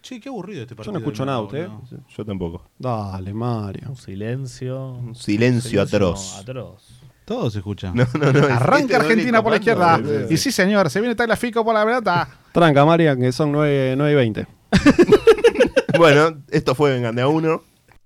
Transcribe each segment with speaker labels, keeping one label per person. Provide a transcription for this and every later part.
Speaker 1: Che, qué aburrido este
Speaker 2: Yo
Speaker 1: partido.
Speaker 2: no escucho
Speaker 1: de
Speaker 2: nada,
Speaker 1: mierda,
Speaker 2: ¿usted?
Speaker 1: boludo.
Speaker 3: Yo tampoco.
Speaker 2: Dale, Mario.
Speaker 4: Un silencio.
Speaker 3: Un silencio atroz.
Speaker 4: atroz.
Speaker 1: Todo se escucha.
Speaker 3: No, no, no. es- este
Speaker 5: Arranca Argentina
Speaker 3: doble
Speaker 5: por la
Speaker 3: comando,
Speaker 5: izquierda.
Speaker 3: boludo.
Speaker 5: Y sí, señor, se viene Tagliafico por la pelota.
Speaker 2: Tranca, María, que son 9, 9 y 20.
Speaker 3: Bueno, esto fue Vengan de a uno.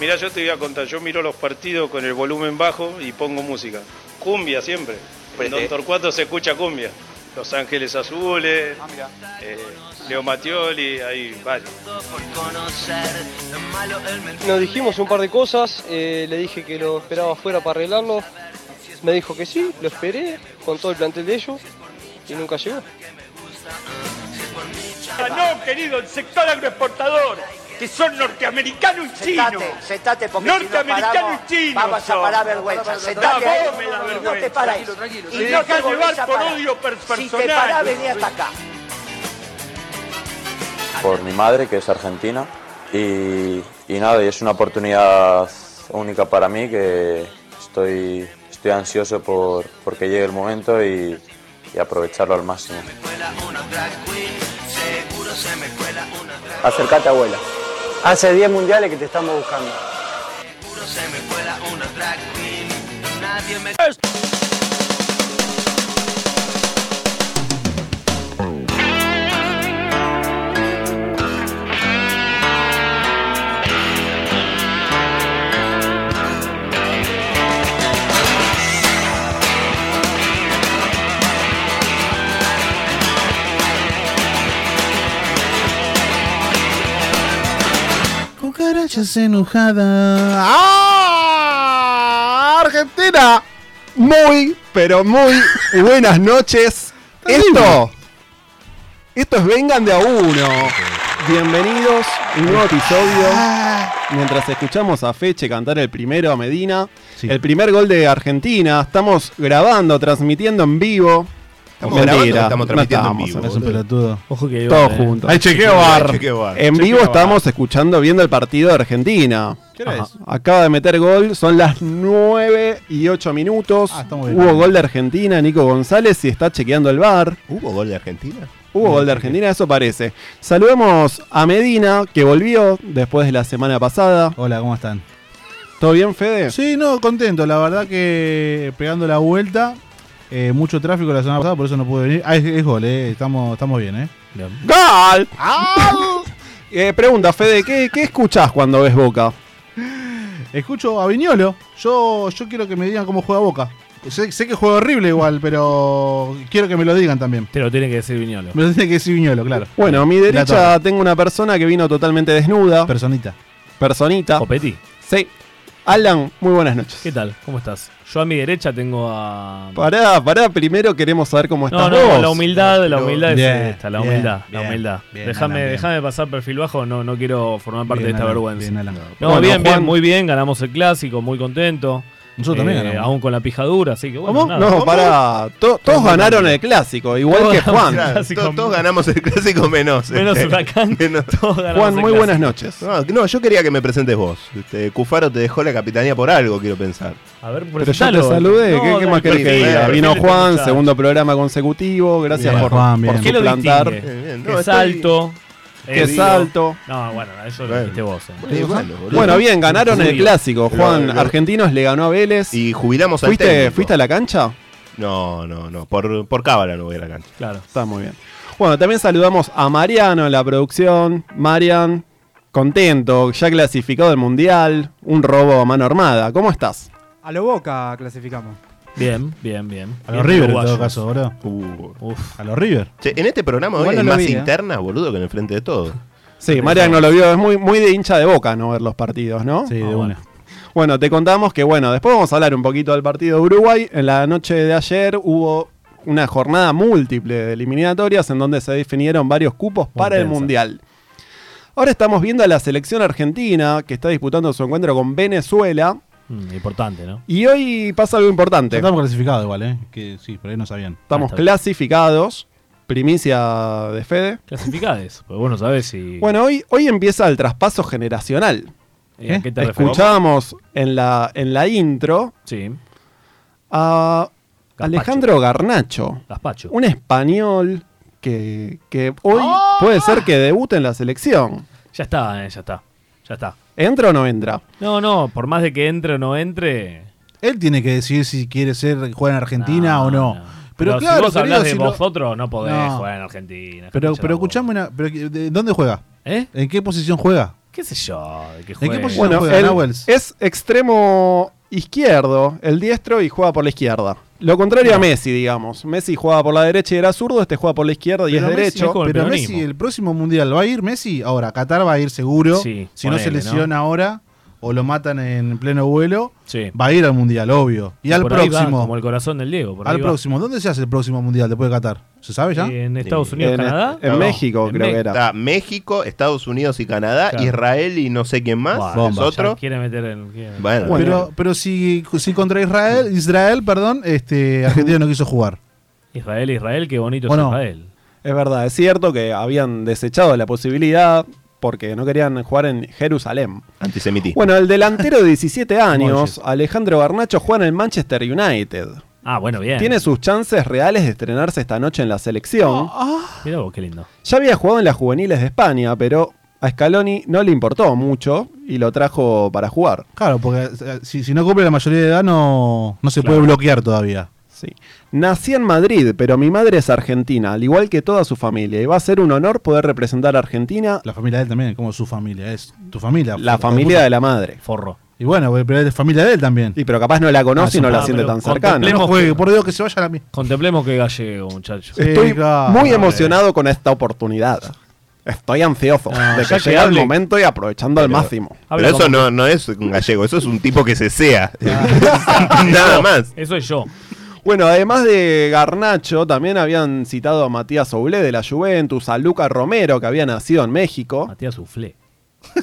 Speaker 6: Mirá, yo te voy a contar, yo miro los partidos con el volumen bajo y pongo música. Cumbia siempre. En Don Torcuato se escucha cumbia. Los Ángeles Azules, eh, Leo Mattioli, ahí, vale.
Speaker 7: Nos dijimos un par de cosas, eh, le dije que lo esperaba afuera para arreglarlo, me dijo que sí, lo esperé con todo el plantel de ellos y nunca llegó.
Speaker 6: No, querido, el sector agroexportador, que son norteamericanos y chinos.
Speaker 8: Sentate, porque
Speaker 6: Norteamericano
Speaker 8: si no paramos,
Speaker 6: y chino,
Speaker 8: Vamos a
Speaker 6: yo.
Speaker 8: parar vergüenza. Sentate.
Speaker 6: vos
Speaker 8: ahí.
Speaker 6: me la
Speaker 8: No te
Speaker 6: vergüenza.
Speaker 8: parás.
Speaker 6: tranquilo.
Speaker 8: Y no
Speaker 6: Te dejás
Speaker 8: te volvés
Speaker 6: llevar
Speaker 8: a
Speaker 6: por
Speaker 8: parar.
Speaker 6: odio per-
Speaker 8: Si te
Speaker 6: personal.
Speaker 8: parás, vení hasta acá.
Speaker 7: Por mi madre, que es argentina, y, nada, es una oportunidad única para mí que estoy, estoy ansioso por, que llegue el momento y aprovecharlo al máximo. Acercate, abuela. Hace 10 mundiales que te estamos buscando.
Speaker 1: Cucarachas enojada.
Speaker 2: ¡Ah! Argentina. Muy, pero muy buenas noches. Esto. Esto es Vengan de a uno. Bienvenidos a un nuevo episodio.
Speaker 3: Ah.
Speaker 2: Mientras escuchamos a Feche cantar el primero a Medina,
Speaker 1: Sí.
Speaker 2: el primer gol de Argentina, estamos grabando, transmitiendo en vivo.
Speaker 3: ¿Estamos grabando o
Speaker 2: no
Speaker 3: estamos transmitiendo en vivo,
Speaker 1: Es un
Speaker 3: boludo?
Speaker 1: pelotudo.
Speaker 4: Ojo que iba,
Speaker 2: Todos
Speaker 4: eh.
Speaker 2: juntos.
Speaker 5: Hay chequeo bar.
Speaker 3: Che, qué bar.
Speaker 2: En
Speaker 5: Chequeo
Speaker 2: vivo
Speaker 5: bar.
Speaker 2: estamos escuchando, viendo el partido de Argentina.
Speaker 1: ¿Qué hora
Speaker 2: Ajá.
Speaker 1: es?
Speaker 2: Acaba de meter gol, son las 9 y 8 minutos.
Speaker 1: Ah, estamos bien.
Speaker 2: Hubo gol de Argentina, Nico González y está chequeando el bar.
Speaker 3: ¿Hubo gol de Argentina?
Speaker 2: Hubo gol de Argentina, eso parece. Saludemos a Medina, que volvió después de la semana pasada.
Speaker 1: Hola, ¿cómo están?
Speaker 2: ¿Todo bien, Fede?
Speaker 1: Sí, no, contento. La verdad que eh, pegando la vuelta. eh, mucho tráfico la semana pasada, por eso no pude venir. Ah, es, es gol, eh. Estamos, estamos bien, eh.
Speaker 2: ¡Gol! Eh, pregunta, Fede, ¿qué, ¿qué escuchás cuando ves Boca?
Speaker 1: Escucho a Viñolo. Yo, yo quiero que me digan cómo juega Boca. Sé, sé que juega horrible igual, pero quiero que me lo digan también.
Speaker 4: Te lo tiene que decir Viñolo.
Speaker 1: Me lo tiene que decir Viñolo, claro.
Speaker 2: Bueno, a mi
Speaker 1: La
Speaker 2: derecha tengo una persona que vino totalmente desnuda,
Speaker 1: Personita.
Speaker 2: personita.
Speaker 4: Copetti,
Speaker 2: Sí. Alan, muy buenas noches.
Speaker 4: ¿qué tal? ¿Cómo estás? Yo a mi derecha tengo a.
Speaker 2: Pará, pará, primero queremos saber cómo
Speaker 4: No,
Speaker 2: estás
Speaker 4: no,
Speaker 2: vos.
Speaker 4: la humildad, la humildad
Speaker 1: Bien,
Speaker 4: es esta, la
Speaker 1: bien,
Speaker 4: humildad, la
Speaker 1: bien,
Speaker 4: humildad.
Speaker 1: bien,
Speaker 4: Déjame,
Speaker 1: Alan, bien.
Speaker 4: déjame pasar perfil bajo, no, no quiero formar parte de
Speaker 1: Bien,
Speaker 4: esta
Speaker 1: Alan,
Speaker 4: vergüenza.
Speaker 1: bien, Alan.
Speaker 4: No,
Speaker 2: Bueno,
Speaker 4: bien,
Speaker 2: Juan-
Speaker 4: bien, muy bien, ganamos el clásico, muy contento. Eh,
Speaker 1: Nosotros también ganamos.
Speaker 4: Aún con la pijadura, así que bueno.
Speaker 2: ¿Cómo?
Speaker 4: nada.
Speaker 2: No, pará. To- todos ganaron el clásico, igual
Speaker 4: Todos
Speaker 2: que
Speaker 4: ganamos
Speaker 2: Juan.
Speaker 4: el
Speaker 3: Claro,
Speaker 4: Clásico.
Speaker 3: to- todos ganamos el clásico menos.
Speaker 4: Menos
Speaker 3: este,
Speaker 4: Huracán.
Speaker 3: menos-
Speaker 4: Todos ganamos
Speaker 2: Juan,
Speaker 4: el
Speaker 2: muy
Speaker 4: clásico.
Speaker 2: buenas noches.
Speaker 3: No, no, yo quería que me presentes vos. Este, Cufaro te dejó la capitanía por algo, quiero pensar.
Speaker 4: A ver,
Speaker 2: Pero yo te saludé, ¿qué, qué más querés que
Speaker 3: perfil,
Speaker 2: diga?
Speaker 3: perfil
Speaker 2: Vino Juan, segundo programa consecutivo, gracias
Speaker 3: Bien,
Speaker 2: por,
Speaker 1: Juan,
Speaker 2: por
Speaker 1: bien.
Speaker 4: ¿Qué lo
Speaker 2: suplantar.
Speaker 4: distingue?
Speaker 3: Bien, bien.
Speaker 4: Que
Speaker 3: No, estoy-
Speaker 4: salto.
Speaker 2: Qué
Speaker 4: eh,
Speaker 2: salto.
Speaker 4: No, bueno, eso lo
Speaker 3: Bueno.
Speaker 4: dijiste vos. eh.
Speaker 3: Eh, bueno, boludo.
Speaker 2: Bueno, bien, ganaron el
Speaker 4: Judío.
Speaker 2: clásico. Juan,
Speaker 3: Lo- lo-
Speaker 2: Argentinos le ganó a Vélez.
Speaker 3: Y jubilamos al
Speaker 2: ¿Fuiste,
Speaker 3: técnico.
Speaker 2: ¿Fuiste a la cancha?
Speaker 3: No, no, no. Por, por cábala no voy a la cancha.
Speaker 4: Claro.
Speaker 2: Está muy bien. Bueno, también saludamos a Mariano en la producción. Marian, contento, ya clasificado el mundial. Un robo a mano armada. ¿Cómo estás?
Speaker 8: A lo boca clasificamos.
Speaker 4: Bien, bien, bien.
Speaker 1: A
Speaker 4: Bien,
Speaker 1: los River en
Speaker 4: uruguayos.
Speaker 1: todo caso, boludo.
Speaker 3: Uh.
Speaker 1: A los River.
Speaker 3: Che, en este programa hoy
Speaker 8: Igual no
Speaker 3: hay
Speaker 8: lo
Speaker 3: más
Speaker 8: vi, eh.
Speaker 3: interna, boludo, que en el frente de todo.
Speaker 2: Sí, Marian no lo vio. Es muy, muy de hincha de boca no ver los partidos, ¿no?
Speaker 1: Sí,
Speaker 4: Ah,
Speaker 1: de
Speaker 4: bueno.
Speaker 1: una.
Speaker 2: Bueno, te contamos que, bueno, después vamos a hablar un poquito del partido de Uruguay. En la noche de ayer hubo una jornada múltiple de eliminatorias en donde se definieron varios cupos para el
Speaker 4: intensa.
Speaker 2: mundial. Ahora estamos viendo a la selección argentina que está disputando su encuentro con Venezuela.
Speaker 9: Mm, importante, ¿no?
Speaker 2: Y hoy pasa algo importante.
Speaker 1: Ya estamos clasificados igual, ¿eh? Que sí, por ahí no sabían.
Speaker 2: Estamos
Speaker 9: Ah, está bien.
Speaker 2: clasificados. Primicia de Fede.
Speaker 9: Clasificades. Pues bueno, sabes si.
Speaker 2: Bueno, hoy, hoy empieza el traspaso generacional.
Speaker 9: eh, ¿a qué te referís?
Speaker 2: Escuchábamos en la, en la intro
Speaker 9: Sí.
Speaker 2: a
Speaker 9: Gazpacho.
Speaker 2: Alejandro Garnacho,
Speaker 9: Gazpacho.
Speaker 2: un español que, que hoy puede ser que debute en la selección.
Speaker 9: Ya está, eh, ya está. Ya está.
Speaker 2: ¿Entra o no entra?
Speaker 9: No, no, por más de que entre o no entre.
Speaker 1: Él tiene que decidir si quiere ser juega en Argentina o no. Pero,
Speaker 9: Pero,
Speaker 1: claro,
Speaker 9: si vos
Speaker 1: querido,
Speaker 9: hablás de
Speaker 1: si lo-
Speaker 9: vosotros, no podés
Speaker 1: No.
Speaker 9: jugar en Argentina.
Speaker 1: Pero,
Speaker 9: escuchá la
Speaker 1: pero
Speaker 9: voz.
Speaker 1: escuchame una. pero que- de- ¿Dónde juega?
Speaker 9: ¿Eh?
Speaker 1: ¿En qué posición juega?
Speaker 9: ¿Qué sé yo? ¿De qué
Speaker 1: qué
Speaker 9: juega?
Speaker 1: posición
Speaker 2: Bueno,
Speaker 1: juega
Speaker 2: él
Speaker 1: Nahuels?
Speaker 2: es extremo izquierdo, el diestro y juega por la izquierda. Lo contrario a Messi, digamos. Messi jugaba por la derecha y era zurdo, este juega por la izquierda y
Speaker 1: Pero
Speaker 2: es
Speaker 1: Messi-
Speaker 2: derecho.
Speaker 9: con el
Speaker 1: pero
Speaker 9: peronismo.
Speaker 1: Messi, el próximo mundial, ¿va a ir Messi? Ahora, Qatar va a ir seguro.
Speaker 9: Sí,
Speaker 1: si no se
Speaker 9: ponele,
Speaker 1: lesiona ahora o lo matan en pleno vuelo,
Speaker 9: Sí.
Speaker 1: va a ir al mundial, obvio. Y, al
Speaker 9: Por ahí va,
Speaker 1: próximo.
Speaker 9: como el corazón del Diego. por ahí
Speaker 1: al
Speaker 9: va.
Speaker 1: próximo. ¿Dónde se hace el próximo mundial después de Qatar? ¿Se sabe ya?
Speaker 9: En Estados
Speaker 3: Sí.
Speaker 9: Unidos,
Speaker 2: en,
Speaker 9: Canadá.
Speaker 2: en
Speaker 3: No,
Speaker 2: México,
Speaker 9: en
Speaker 2: creo que
Speaker 9: México.
Speaker 2: era.
Speaker 3: Está México, Estados Unidos y Canadá,
Speaker 9: Claro.
Speaker 3: Israel y no sé quién más.
Speaker 9: Buah,
Speaker 3: es
Speaker 1: bomba,
Speaker 3: otro.
Speaker 9: Ya Quiere meter en. quiere-
Speaker 3: Bueno,
Speaker 1: Pero, pero si, si contra Israel, Israel, perdón, este, Argentina no quiso jugar.
Speaker 9: Israel, Israel, qué bonito es
Speaker 1: Bueno.
Speaker 9: Israel.
Speaker 2: Es verdad, es cierto que habían desechado la posibilidad porque no querían jugar en Jerusalén.
Speaker 3: antisemitismo.
Speaker 2: Bueno, el delantero de 17 años, Alejandro Garnacho, juega en el Manchester United.
Speaker 9: Ah, bueno, bien.
Speaker 2: Tiene sus chances reales de estrenarse esta noche en la selección.
Speaker 1: Ah.
Speaker 9: Mira vos, qué lindo.
Speaker 2: Ya había jugado en las juveniles de España, pero a Scaloni no le importó mucho y lo trajo para jugar.
Speaker 1: Claro, porque eh, si, si no cumple la mayoría de edad no, no se puede bloquear todavía.
Speaker 2: Sí. Nací en Madrid, pero mi madre es argentina, al igual que toda su familia, y va a ser un honor poder representar a Argentina,
Speaker 1: La familia de él también, como su familia, es tu familia.
Speaker 2: la familia de la madre.
Speaker 9: Forro.
Speaker 1: Y bueno, pero es familia de él también.
Speaker 2: Y pero capaz no la
Speaker 9: Ah,
Speaker 2: conoce y no
Speaker 9: sí,
Speaker 2: la
Speaker 9: ah,
Speaker 2: siente
Speaker 9: pero
Speaker 2: tan cercana.
Speaker 1: Que no juegue, por Dios que se vaya a la mi-
Speaker 9: Contemplemos que gallego, muchacho.
Speaker 1: Sí,
Speaker 2: Estoy
Speaker 1: claro.
Speaker 2: muy emocionado con esta oportunidad. Estoy ansioso de que
Speaker 9: ya Ah, que
Speaker 2: llegue el
Speaker 9: hable.
Speaker 2: momento y aprovechando al máximo.
Speaker 9: Habla
Speaker 3: Pero eso
Speaker 9: como-
Speaker 3: no, no es un gallego, eso es un tipo que se sea. Nada más.
Speaker 9: Eso es yo.
Speaker 2: Bueno, además de Garnacho, también habían citado a Matías Oblé de la Juventus, a Luca Romero, que había nacido en México.
Speaker 9: Matías Suflé.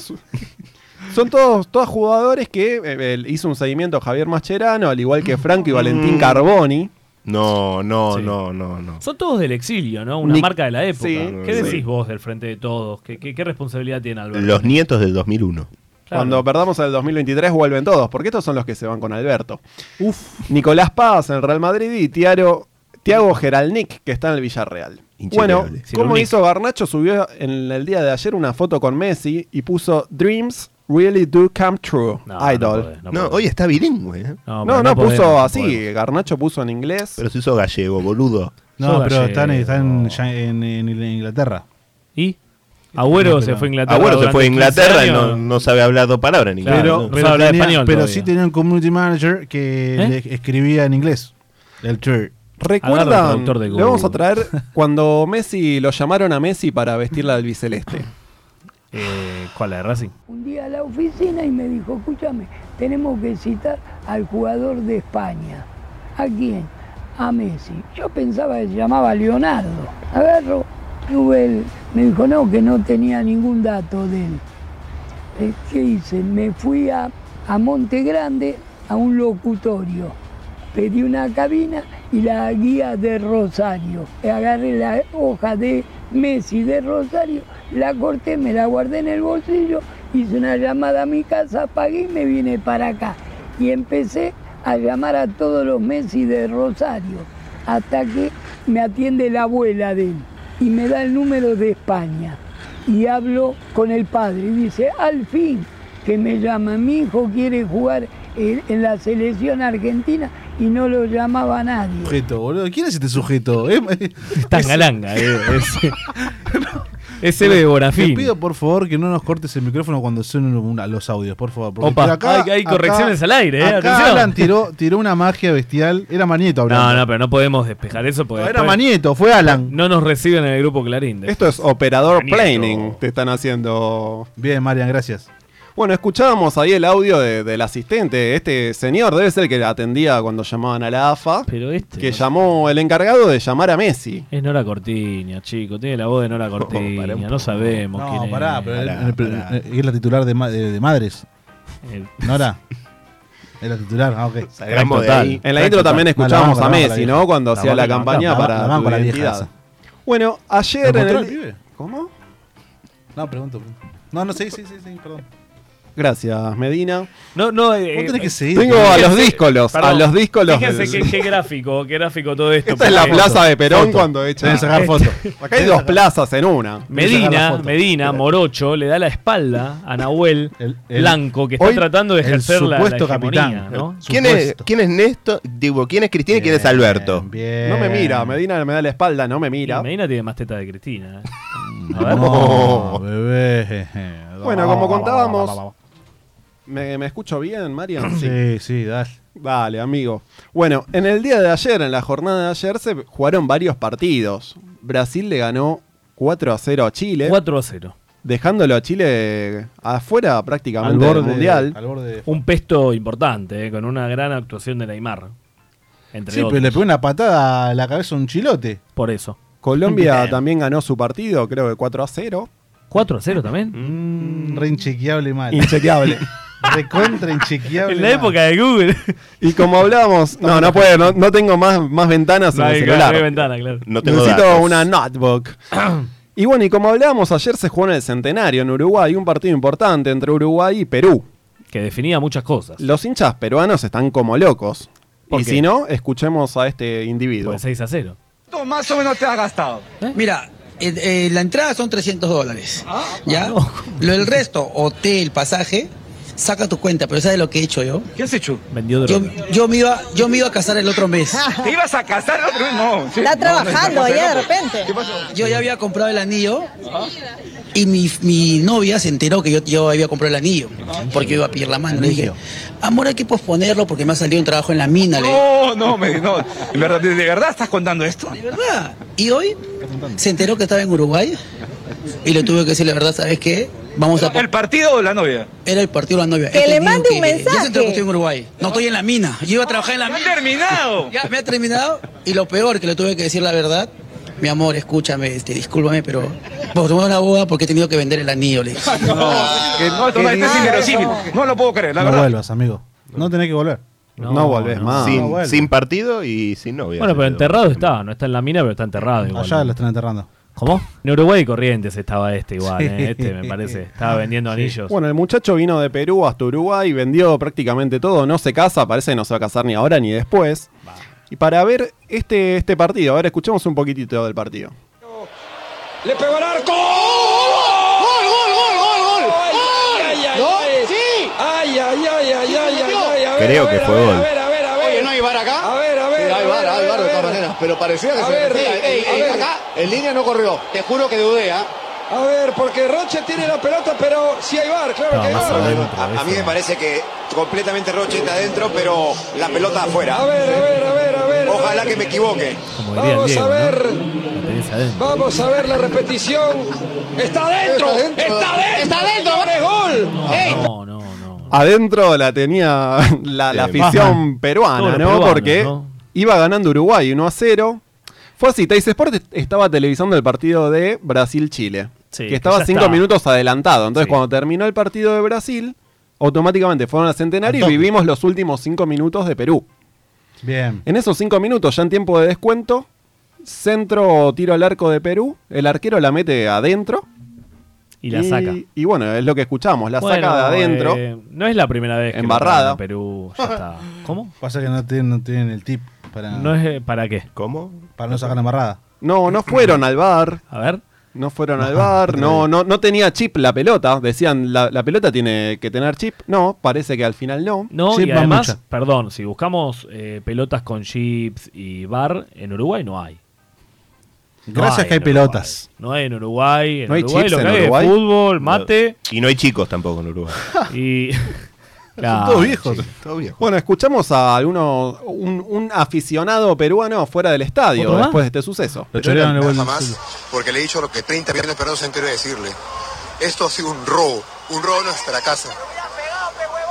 Speaker 2: Son todos, todos jugadores que eh, eh, hizo un seguimiento Javier Mascherano, al igual que Franco y Valentín Carboni.
Speaker 3: Mm. No, no,
Speaker 9: Sí.
Speaker 3: no, no, no.
Speaker 9: Son todos del exilio, ¿no? Una
Speaker 2: Ni-
Speaker 9: marca de la época.
Speaker 2: Sí.
Speaker 9: ¿Qué
Speaker 3: Sí.
Speaker 9: decís vos del frente de todos? ¿Qué, qué- qué responsabilidad tiene Alberto?
Speaker 3: Los nietos del 2001.
Speaker 9: Claro.
Speaker 2: Cuando perdamos el 2023 vuelven todos, porque estos son los que se van con Alberto. Uf. Nicolás Paz en el Real Madrid y Tiago, Tiago Geralnik, que está en el Villarreal.
Speaker 3: Inchequeable.
Speaker 2: Bueno,
Speaker 3: Sí,
Speaker 9: lo
Speaker 2: ¿cómo
Speaker 9: único.
Speaker 2: hizo Garnacho? Subió en el día de ayer una foto con Messi y puso Dreams really do come true,
Speaker 9: No, no
Speaker 2: idol.
Speaker 9: podés,
Speaker 3: No,
Speaker 9: podés.
Speaker 3: hoy está bilingüe. ¿eh?
Speaker 2: No, no,
Speaker 9: pero podés,
Speaker 2: puso
Speaker 9: no
Speaker 2: así.
Speaker 9: podés.
Speaker 2: Garnacho puso en inglés.
Speaker 3: Pero se hizo gallego, boludo.
Speaker 1: No,
Speaker 9: Sos
Speaker 1: pero está, en,
Speaker 9: gallego.
Speaker 1: está en- ya en- en- en Inglaterra.
Speaker 9: ¿Y? Agüero
Speaker 1: No,
Speaker 9: se
Speaker 1: pero-
Speaker 9: fue a Inglaterra.
Speaker 3: Agüero se fue a
Speaker 9: durante 15
Speaker 3: Inglaterra y
Speaker 9: años.
Speaker 3: no, no sabe hablar dos palabras en inglés.
Speaker 9: Claro.
Speaker 3: ¿no?
Speaker 9: Pero habla
Speaker 1: tenía-
Speaker 9: español
Speaker 1: pero
Speaker 9: todavía.
Speaker 1: sí tenía un community manager que
Speaker 9: ¿Eh?
Speaker 1: le escribía en inglés. El tour.
Speaker 9: Agarra el
Speaker 2: ¿Recuerdan?
Speaker 9: traductor de
Speaker 2: Le
Speaker 9: Google.
Speaker 2: vamos a traer cuando Messi lo llamaron a Messi para vestir la albiceleste.
Speaker 9: Eh, ¿Cuál la de Racing?
Speaker 8: un día a la oficina y me dijo, escúchame, tenemos que citar al jugador de España. ¿A quién? A Messi. Yo pensaba que se llamaba Leonardo. Agarro, tuve el- me dijo, no, que no tenía ningún dato de él. Eh, ¿Qué hice? Me fui a, a Monte Grande a un locutorio. Pedí una cabina y la guía de Rosario. Agarré la hoja de Messi de Rosario, la corté, me la guardé en el bolsillo, hice una llamada a mi casa, pagué y me vine para acá. Y empecé a llamar a todos los Messi de Rosario, hasta que me atiende la abuela de él y me da el número de España y hablo con el padre y dice, al fin que me llama, mi hijo quiere jugar en, en la selección argentina y no lo llamaba nadie.
Speaker 1: Sujeto, boludo. ¿Quién es este sujeto? Eh, eh,
Speaker 9: Está en Galanga. eh, es- Es Eve
Speaker 1: Te
Speaker 9: Bonafín.
Speaker 1: pido por favor que no nos cortes el micrófono cuando suenen un- a los audios, por favor. porque
Speaker 9: Opa, hay- hay correcciones al aire, eh,
Speaker 1: Acá
Speaker 9: atención.
Speaker 1: Alan tiró, tiró una magia bestial. Era Manieto hablando.
Speaker 9: No, Ah, no, pero no podemos despejar eso porque
Speaker 1: era
Speaker 9: después
Speaker 1: Manieto, fue Alan.
Speaker 9: no nos reciben en el grupo Clarín.
Speaker 2: Esto es operador
Speaker 9: Bonito.
Speaker 2: planning. Te están haciendo.
Speaker 1: Bien, Marian, gracias.
Speaker 2: Bueno, escuchábamos ahí el audio de- del asistente, este señor debe ser el que atendía cuando llamaban a la AFA,
Speaker 4: Pero este
Speaker 2: que llamó el encargado de llamar a Messi.
Speaker 4: Es Nora Cortiña, chico. Tiene la voz de Nora Cortiña. no sabemos quién
Speaker 1: No,
Speaker 4: es.
Speaker 1: pará, pero él- él- él- él es la titular de, ma- de- de Madres.
Speaker 4: El-
Speaker 1: ¿Nora? Es la titular, ah, ok.
Speaker 2: Salgamos de ahí. En la intro también escuchábamos a Messi, ¿no? Cuando hacía la campaña para
Speaker 1: La banco
Speaker 2: tu
Speaker 1: la vieja
Speaker 2: identidad.
Speaker 1: esa.
Speaker 2: Bueno, ayer
Speaker 1: ¿Lo
Speaker 2: en
Speaker 1: encontró
Speaker 2: el-
Speaker 1: el pibe?
Speaker 2: ¿Cómo?
Speaker 1: No, pregunto. pregunto. No, no, sí, sí, sí, sí, perdón.
Speaker 2: Gracias, Medina.
Speaker 4: No, no,
Speaker 9: eh,
Speaker 1: Vos tenés que seguir.
Speaker 2: Tengo a los
Speaker 4: Fíjense-
Speaker 2: díscolos, a
Speaker 4: perdón,
Speaker 2: los díscolos.
Speaker 4: Fíjense qué, qué gráfico, qué gráfico todo esto.
Speaker 2: Esta es la
Speaker 4: porque-
Speaker 2: plaza de Perón cuando echan.
Speaker 4: Deben sacar foto.
Speaker 2: Acá hay dos plazas en una.
Speaker 4: Medina, Medina, Morocho, le da la espalda a Nahuel Blanco, que está
Speaker 3: hoy
Speaker 4: tratando de
Speaker 3: el
Speaker 4: ejercer la, la
Speaker 3: supuesto
Speaker 4: hegemonía,
Speaker 3: capitán.
Speaker 4: ¿no?
Speaker 3: ¿Quién es, ¿Quién es Néstor? Digo, ¿quién es Cristina y quién es Alberto?
Speaker 2: No
Speaker 1: Eh.
Speaker 2: me mira, Medina me da la espalda, no me mira.
Speaker 4: Medina tiene más teta de Cristina. ¿eh?
Speaker 1: No, Ah, bebé.
Speaker 2: Oh. Bueno, como contábamos. ¿Me, me escucho bien, Marian?
Speaker 1: Sí, sí, dale.
Speaker 2: Vale, amigo. Bueno, en el día de ayer, en la jornada de ayer, se jugaron varios partidos. Brasil le ganó 4 a 0 a Chile.
Speaker 4: 4 a 0.
Speaker 2: Dejándolo a Chile afuera prácticamente del mundial.
Speaker 4: Un pesto importante, eh, con una gran actuación de Neymar. Entre
Speaker 1: Sí,
Speaker 4: otros.
Speaker 1: pero le pegó una patada a la cabeza a un chilote.
Speaker 4: Por eso.
Speaker 2: Colombia
Speaker 4: Bien.
Speaker 2: también ganó su partido, creo que 4 a 0.
Speaker 4: 4 a 0 también.
Speaker 1: Mm, Re inchequeable mal.
Speaker 2: Inchequeable.
Speaker 1: Recontra inchequeable.
Speaker 4: En la época de Google.
Speaker 2: Y como hablábamos, no, no puede, no, no tengo más, más ventanas en
Speaker 4: No
Speaker 2: el
Speaker 4: hay-
Speaker 2: celular.
Speaker 4: no hay ventana, claro. No tengo
Speaker 2: Necesito
Speaker 4: datos.
Speaker 2: una notebook. y bueno, y como hablábamos, ayer se jugó en el Centenario, en Uruguay, un partido importante entre Uruguay y Perú.
Speaker 4: Que definía muchas cosas.
Speaker 2: Los hinchas peruanos están como locos.
Speaker 4: ¿Por
Speaker 2: Y
Speaker 4: qué?
Speaker 2: si no, escuchemos a este individuo.
Speaker 4: Pues 6 a 0.
Speaker 10: ¿Cuánto más o menos te has gastado? Mira, eh, eh, la entrada son 300 dólares.
Speaker 11: Ah,
Speaker 10: ¿Ya? Lo del resto, hotel, pasaje, saca tu cuenta, pero ¿sabes lo que he hecho yo? ¿Qué has hecho?
Speaker 4: Vendió
Speaker 10: Yo, yo, me iba, yo me iba a casar el otro mes.
Speaker 11: ¿Te ibas a casar el otro mes? No.
Speaker 10: Está trabajando allá
Speaker 11: allá
Speaker 10: de repente. Yo ya había comprado el anillo y mi, mi novia se enteró que yo, yo había comprado el anillo porque iba a pedir la mano. Le dije, amor, hay que posponerlo porque me ha salido un trabajo en la mina. Le dije.
Speaker 11: No, Oh, no, me, no. ¿En verdad, ¿De verdad estás contando esto?
Speaker 10: De verdad. Y hoy se enteró que estaba en Uruguay y le tuve que decir la verdad, ¿sabes qué? Vamos a...
Speaker 11: ¿El partido o la novia?
Speaker 10: Era el partido de la novia. Este
Speaker 11: Que
Speaker 10: He
Speaker 11: le
Speaker 10: tenido
Speaker 11: mande un
Speaker 10: que- Ya se enteró
Speaker 11: mensaje.
Speaker 10: que estoy en Uruguay. No estoy en la mina. Yo iba a trabajar en la
Speaker 11: ¡Me
Speaker 10: mina.
Speaker 11: han terminado!
Speaker 10: Ya me ha terminado. Y lo peor, que le tuve que decir la verdad. Mi amor, escúchame, este, discúlpame, pero por una boda porque he tenido que vender el anillo, le dije.
Speaker 11: No, que no, esto no, esto
Speaker 10: este
Speaker 11: es inverosímil. No lo puedo creer, la
Speaker 1: No
Speaker 11: verdad.
Speaker 1: vuelvas, amigo. No tenés que volver.
Speaker 4: No, No volvés no. más.
Speaker 3: Sin,
Speaker 4: No vuelve.
Speaker 3: sin partido y sin novia.
Speaker 4: Bueno, pero enterrado está. No está en la mina, pero está enterrado igual.
Speaker 1: Allá lo están enterrando.
Speaker 4: ¿Cómo? En Uruguay y Corrientes estaba este igual,
Speaker 1: Sí.
Speaker 4: ¿eh? Este me parece. Estaba vendiendo anillos.
Speaker 2: Bueno, el muchacho vino de Perú hasta Uruguay, vendió prácticamente todo, no se casa, parece que no se va a casar ni ahora ni después. Y para ver este, este partido, a ver, escuchemos un poquitito del partido.
Speaker 11: ¡Le pegó al arco!
Speaker 12: ¡Gol, gol, gol, gol, gol! ¡Gol!
Speaker 11: ay, ay,
Speaker 12: ¿No?
Speaker 11: ay!
Speaker 12: ¡Sí!
Speaker 11: ¡Ay, ay, ay, ay, ay, ay, ay! A ver,
Speaker 3: Creo
Speaker 11: a
Speaker 3: que
Speaker 11: ver,
Speaker 3: fue
Speaker 11: a ver,
Speaker 3: gol.
Speaker 11: A ver, a ver, a ver.
Speaker 12: Oye, ¿no hay VAR acá?
Speaker 11: A ver, a ver.
Speaker 12: Sí, hay
Speaker 11: a
Speaker 12: VAR,
Speaker 11: ver,
Speaker 12: hay
Speaker 11: a
Speaker 12: VAR de todas
Speaker 11: ver, a ver.
Speaker 12: maneras, pero parecía que
Speaker 11: A
Speaker 12: se
Speaker 11: ver,
Speaker 12: metía.
Speaker 11: Rick,
Speaker 12: Ey,
Speaker 11: a
Speaker 12: ey,
Speaker 11: ver.
Speaker 12: acá en línea no corrió, te juro que dudé, ¿ah?
Speaker 11: A ver, porque Roche tiene la pelota, pero sí hay bar, claro que hay bar.
Speaker 12: a, a mí me parece que completamente Roche está adentro, pero la pelota afuera. A ver, a
Speaker 11: ver, a ver, a ver.
Speaker 12: Ojalá que me equivoque.
Speaker 11: Vamos a ver,
Speaker 4: adentro.
Speaker 11: vamos a ver la repetición. ¡Está adentro!
Speaker 12: Está adentro.
Speaker 11: ¡Está adentro!
Speaker 12: Está adentro. ¿eh?
Speaker 11: señores, gol! ¡Ey!
Speaker 2: Adentro la tenía la, la
Speaker 4: Sí,
Speaker 2: afición
Speaker 4: bajan. Todos
Speaker 2: peruana,
Speaker 4: los
Speaker 2: ¿no?
Speaker 4: peruanos,
Speaker 2: Porque
Speaker 4: ¿no?
Speaker 2: iba ganando Uruguay 1 a 0. Fue así, Tais Sport est- estaba televisando el partido de Brasil-Chile.
Speaker 4: Sí,
Speaker 2: que
Speaker 4: que
Speaker 2: estaba
Speaker 4: ya
Speaker 2: 5
Speaker 4: estaba.
Speaker 2: minutos adelantado. Entonces,
Speaker 4: Sí.
Speaker 2: cuando terminó el partido de Brasil, automáticamente fueron al centenario y
Speaker 1: Al toque.
Speaker 2: vivimos los últimos 5 minutos de Perú.
Speaker 1: Bien.
Speaker 2: En esos cinco minutos, ya en tiempo de descuento, centro tiro al arco de Perú, el arquero la mete adentro.
Speaker 4: Y la saca.
Speaker 2: Y bueno, es lo que escuchamos, la
Speaker 4: Bueno,
Speaker 2: saca de adentro.
Speaker 4: eh, no es la primera vez que
Speaker 2: Embarrada.
Speaker 4: lo traen a Perú ya está. ¿Cómo?
Speaker 1: Pasa que no tienen, no tienen el tip para.
Speaker 4: No es eh, para qué.
Speaker 3: ¿Cómo?
Speaker 1: Para no sacar la embarrada.
Speaker 2: No, no fueron al bar.
Speaker 4: A ver.
Speaker 2: No fueron al bar, no, no, no tenía chip la pelota. Decían, la, la pelota tiene que tener chip. No, parece que al final no.
Speaker 4: No, y además, perdón, si buscamos eh, pelotas con chips y bar, en Uruguay no hay.
Speaker 1: Gracias que hay
Speaker 4: en
Speaker 1: pelotas.
Speaker 4: Uruguay. No hay en Uruguay. En
Speaker 3: No hay
Speaker 4: Uruguay
Speaker 3: chips
Speaker 4: lo que
Speaker 3: en
Speaker 4: hay es
Speaker 3: Uruguay.
Speaker 4: fútbol, mate
Speaker 3: Y no hay chicos tampoco en Uruguay.
Speaker 4: y.
Speaker 2: Claro, sí. Bueno, escuchamos a alguno, un, un aficionado peruano fuera del estadio
Speaker 1: ¿Otro más?
Speaker 2: después de este suceso.
Speaker 1: Lo chorearon en el
Speaker 2: Nada
Speaker 1: buen
Speaker 2: más.
Speaker 1: suelo.
Speaker 13: porque le he dicho lo que 30 millones de peruanos se han querido decirle. Esto ha sido un robo, un robo no es fracaso.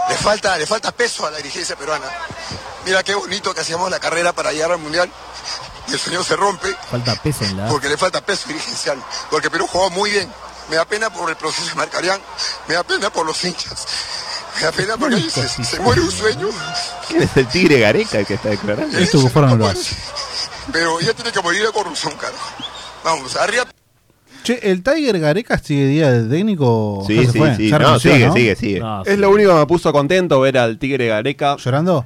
Speaker 13: Le falta, le falta peso a la dirigencia peruana. Mira qué bonito que hacíamos la carrera para llegar al mundial. Y el sueño se rompe
Speaker 14: Falta peso en la.
Speaker 13: porque le falta peso dirigencial. Porque Perú jugó muy bien. Me da pena por el proceso de Marcarián. Me da pena por los hinchas. Me da pena porque se, se muere un sueño.
Speaker 3: ¿Quién es el tigre Gareca el que está declarando?
Speaker 14: Esto que fueron los.
Speaker 13: Pero ya tiene que morir la corrupción, caro. Vamos, arriba.
Speaker 1: Che, ¿el Tiger Gareca sigue día de técnico?
Speaker 3: Sí,
Speaker 1: Ya se
Speaker 3: sí,
Speaker 1: fue,
Speaker 3: sí.
Speaker 1: ya
Speaker 3: No,
Speaker 1: renunció,
Speaker 3: sigue, sigue, sigue.
Speaker 1: No,
Speaker 2: es lo único que me puso contento ver al Tigre Gareca.
Speaker 1: ¿Llorando?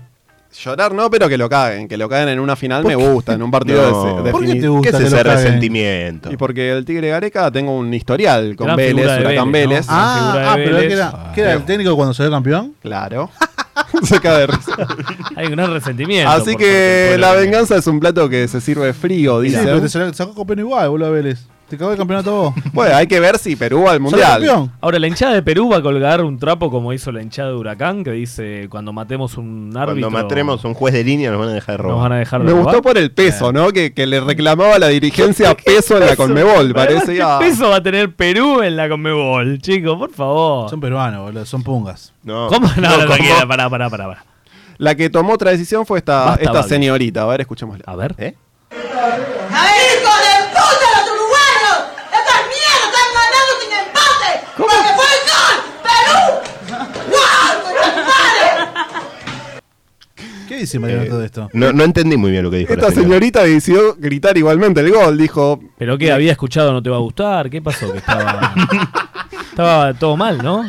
Speaker 2: Llorar no, pero que lo caguen. Que lo caguen en una final me gusta, en un partido
Speaker 3: No.
Speaker 2: de,
Speaker 3: ¿Por qué te gusta ¿Qué es que ese lo caguen? resentimiento?
Speaker 2: Y porque el Tigre Gareca tengo un historial con
Speaker 1: Gran
Speaker 2: Vélez,
Speaker 1: figura de
Speaker 2: Huracán
Speaker 1: Vélez,
Speaker 2: Vélez.
Speaker 1: ¿no? Ah, ah, pero él queda, queda el técnico cuando se ve campeón.
Speaker 2: Claro. Se cae de risa.
Speaker 4: Hay un gran resentimiento.
Speaker 2: Así
Speaker 4: por-
Speaker 2: que
Speaker 4: por-
Speaker 2: la venganza es un plato que se sirve frío,
Speaker 1: Sí,
Speaker 2: dice.
Speaker 1: pero te sal- sacó campeón igual, boludo a Vélez. Te cagó el campeonato vos.
Speaker 2: Bueno, hay que ver si Perú va al mundial.
Speaker 4: Ahora, la hinchada de Perú va a colgar un trapo como hizo la hinchada de Huracán, que dice, cuando matemos un
Speaker 3: Cuando
Speaker 4: árbitro...
Speaker 3: matremos un juez de línea nos van a dejar de robar.
Speaker 4: Nos van a dejar de
Speaker 2: Me
Speaker 4: robar.
Speaker 2: gustó por el peso, ¿no? Que, que le reclamaba la dirigencia peso en la Conmebol, parece. ah,
Speaker 4: ¿Qué
Speaker 2: ya.
Speaker 4: peso va a tener Perú en la Conmebol, chicos? Por favor. Son
Speaker 1: peruanos, boludo, son pungas.
Speaker 3: No.
Speaker 4: ¿Cómo? No,
Speaker 2: No,
Speaker 4: no,
Speaker 2: ¿cómo?
Speaker 4: tranquila, pará, pará, pará. pará.
Speaker 2: La que tomó otra decisión fue esta,
Speaker 4: Basta,
Speaker 2: esta
Speaker 4: Babi.
Speaker 2: señorita. A ver, escuchémosla. ¿Eh?
Speaker 4: A ver.
Speaker 15: ¡Hijo de puta los uruguayos! ¡Estas mierdas están ganando sin empate! ¡Porque fue el gol! ¡Perú! ¡Guau! ¡Compadre!
Speaker 1: ¿Qué dice Mariano todo esto?
Speaker 3: Eh, No, no entendí muy bien lo que dijo.
Speaker 2: Eh, Esta
Speaker 3: la señora.
Speaker 2: señorita decidió gritar igualmente el gol. Dijo,
Speaker 4: ¿Pero qué? ¿Había escuchado no te va a gustar? ¿Qué pasó? Que estaba... estaba todo mal, ¿no?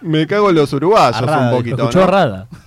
Speaker 2: me cago en los uruguayos
Speaker 4: Arrada,
Speaker 2: un poquito.
Speaker 4: dijo, escuchó
Speaker 2: ¿no?
Speaker 4: Arrada.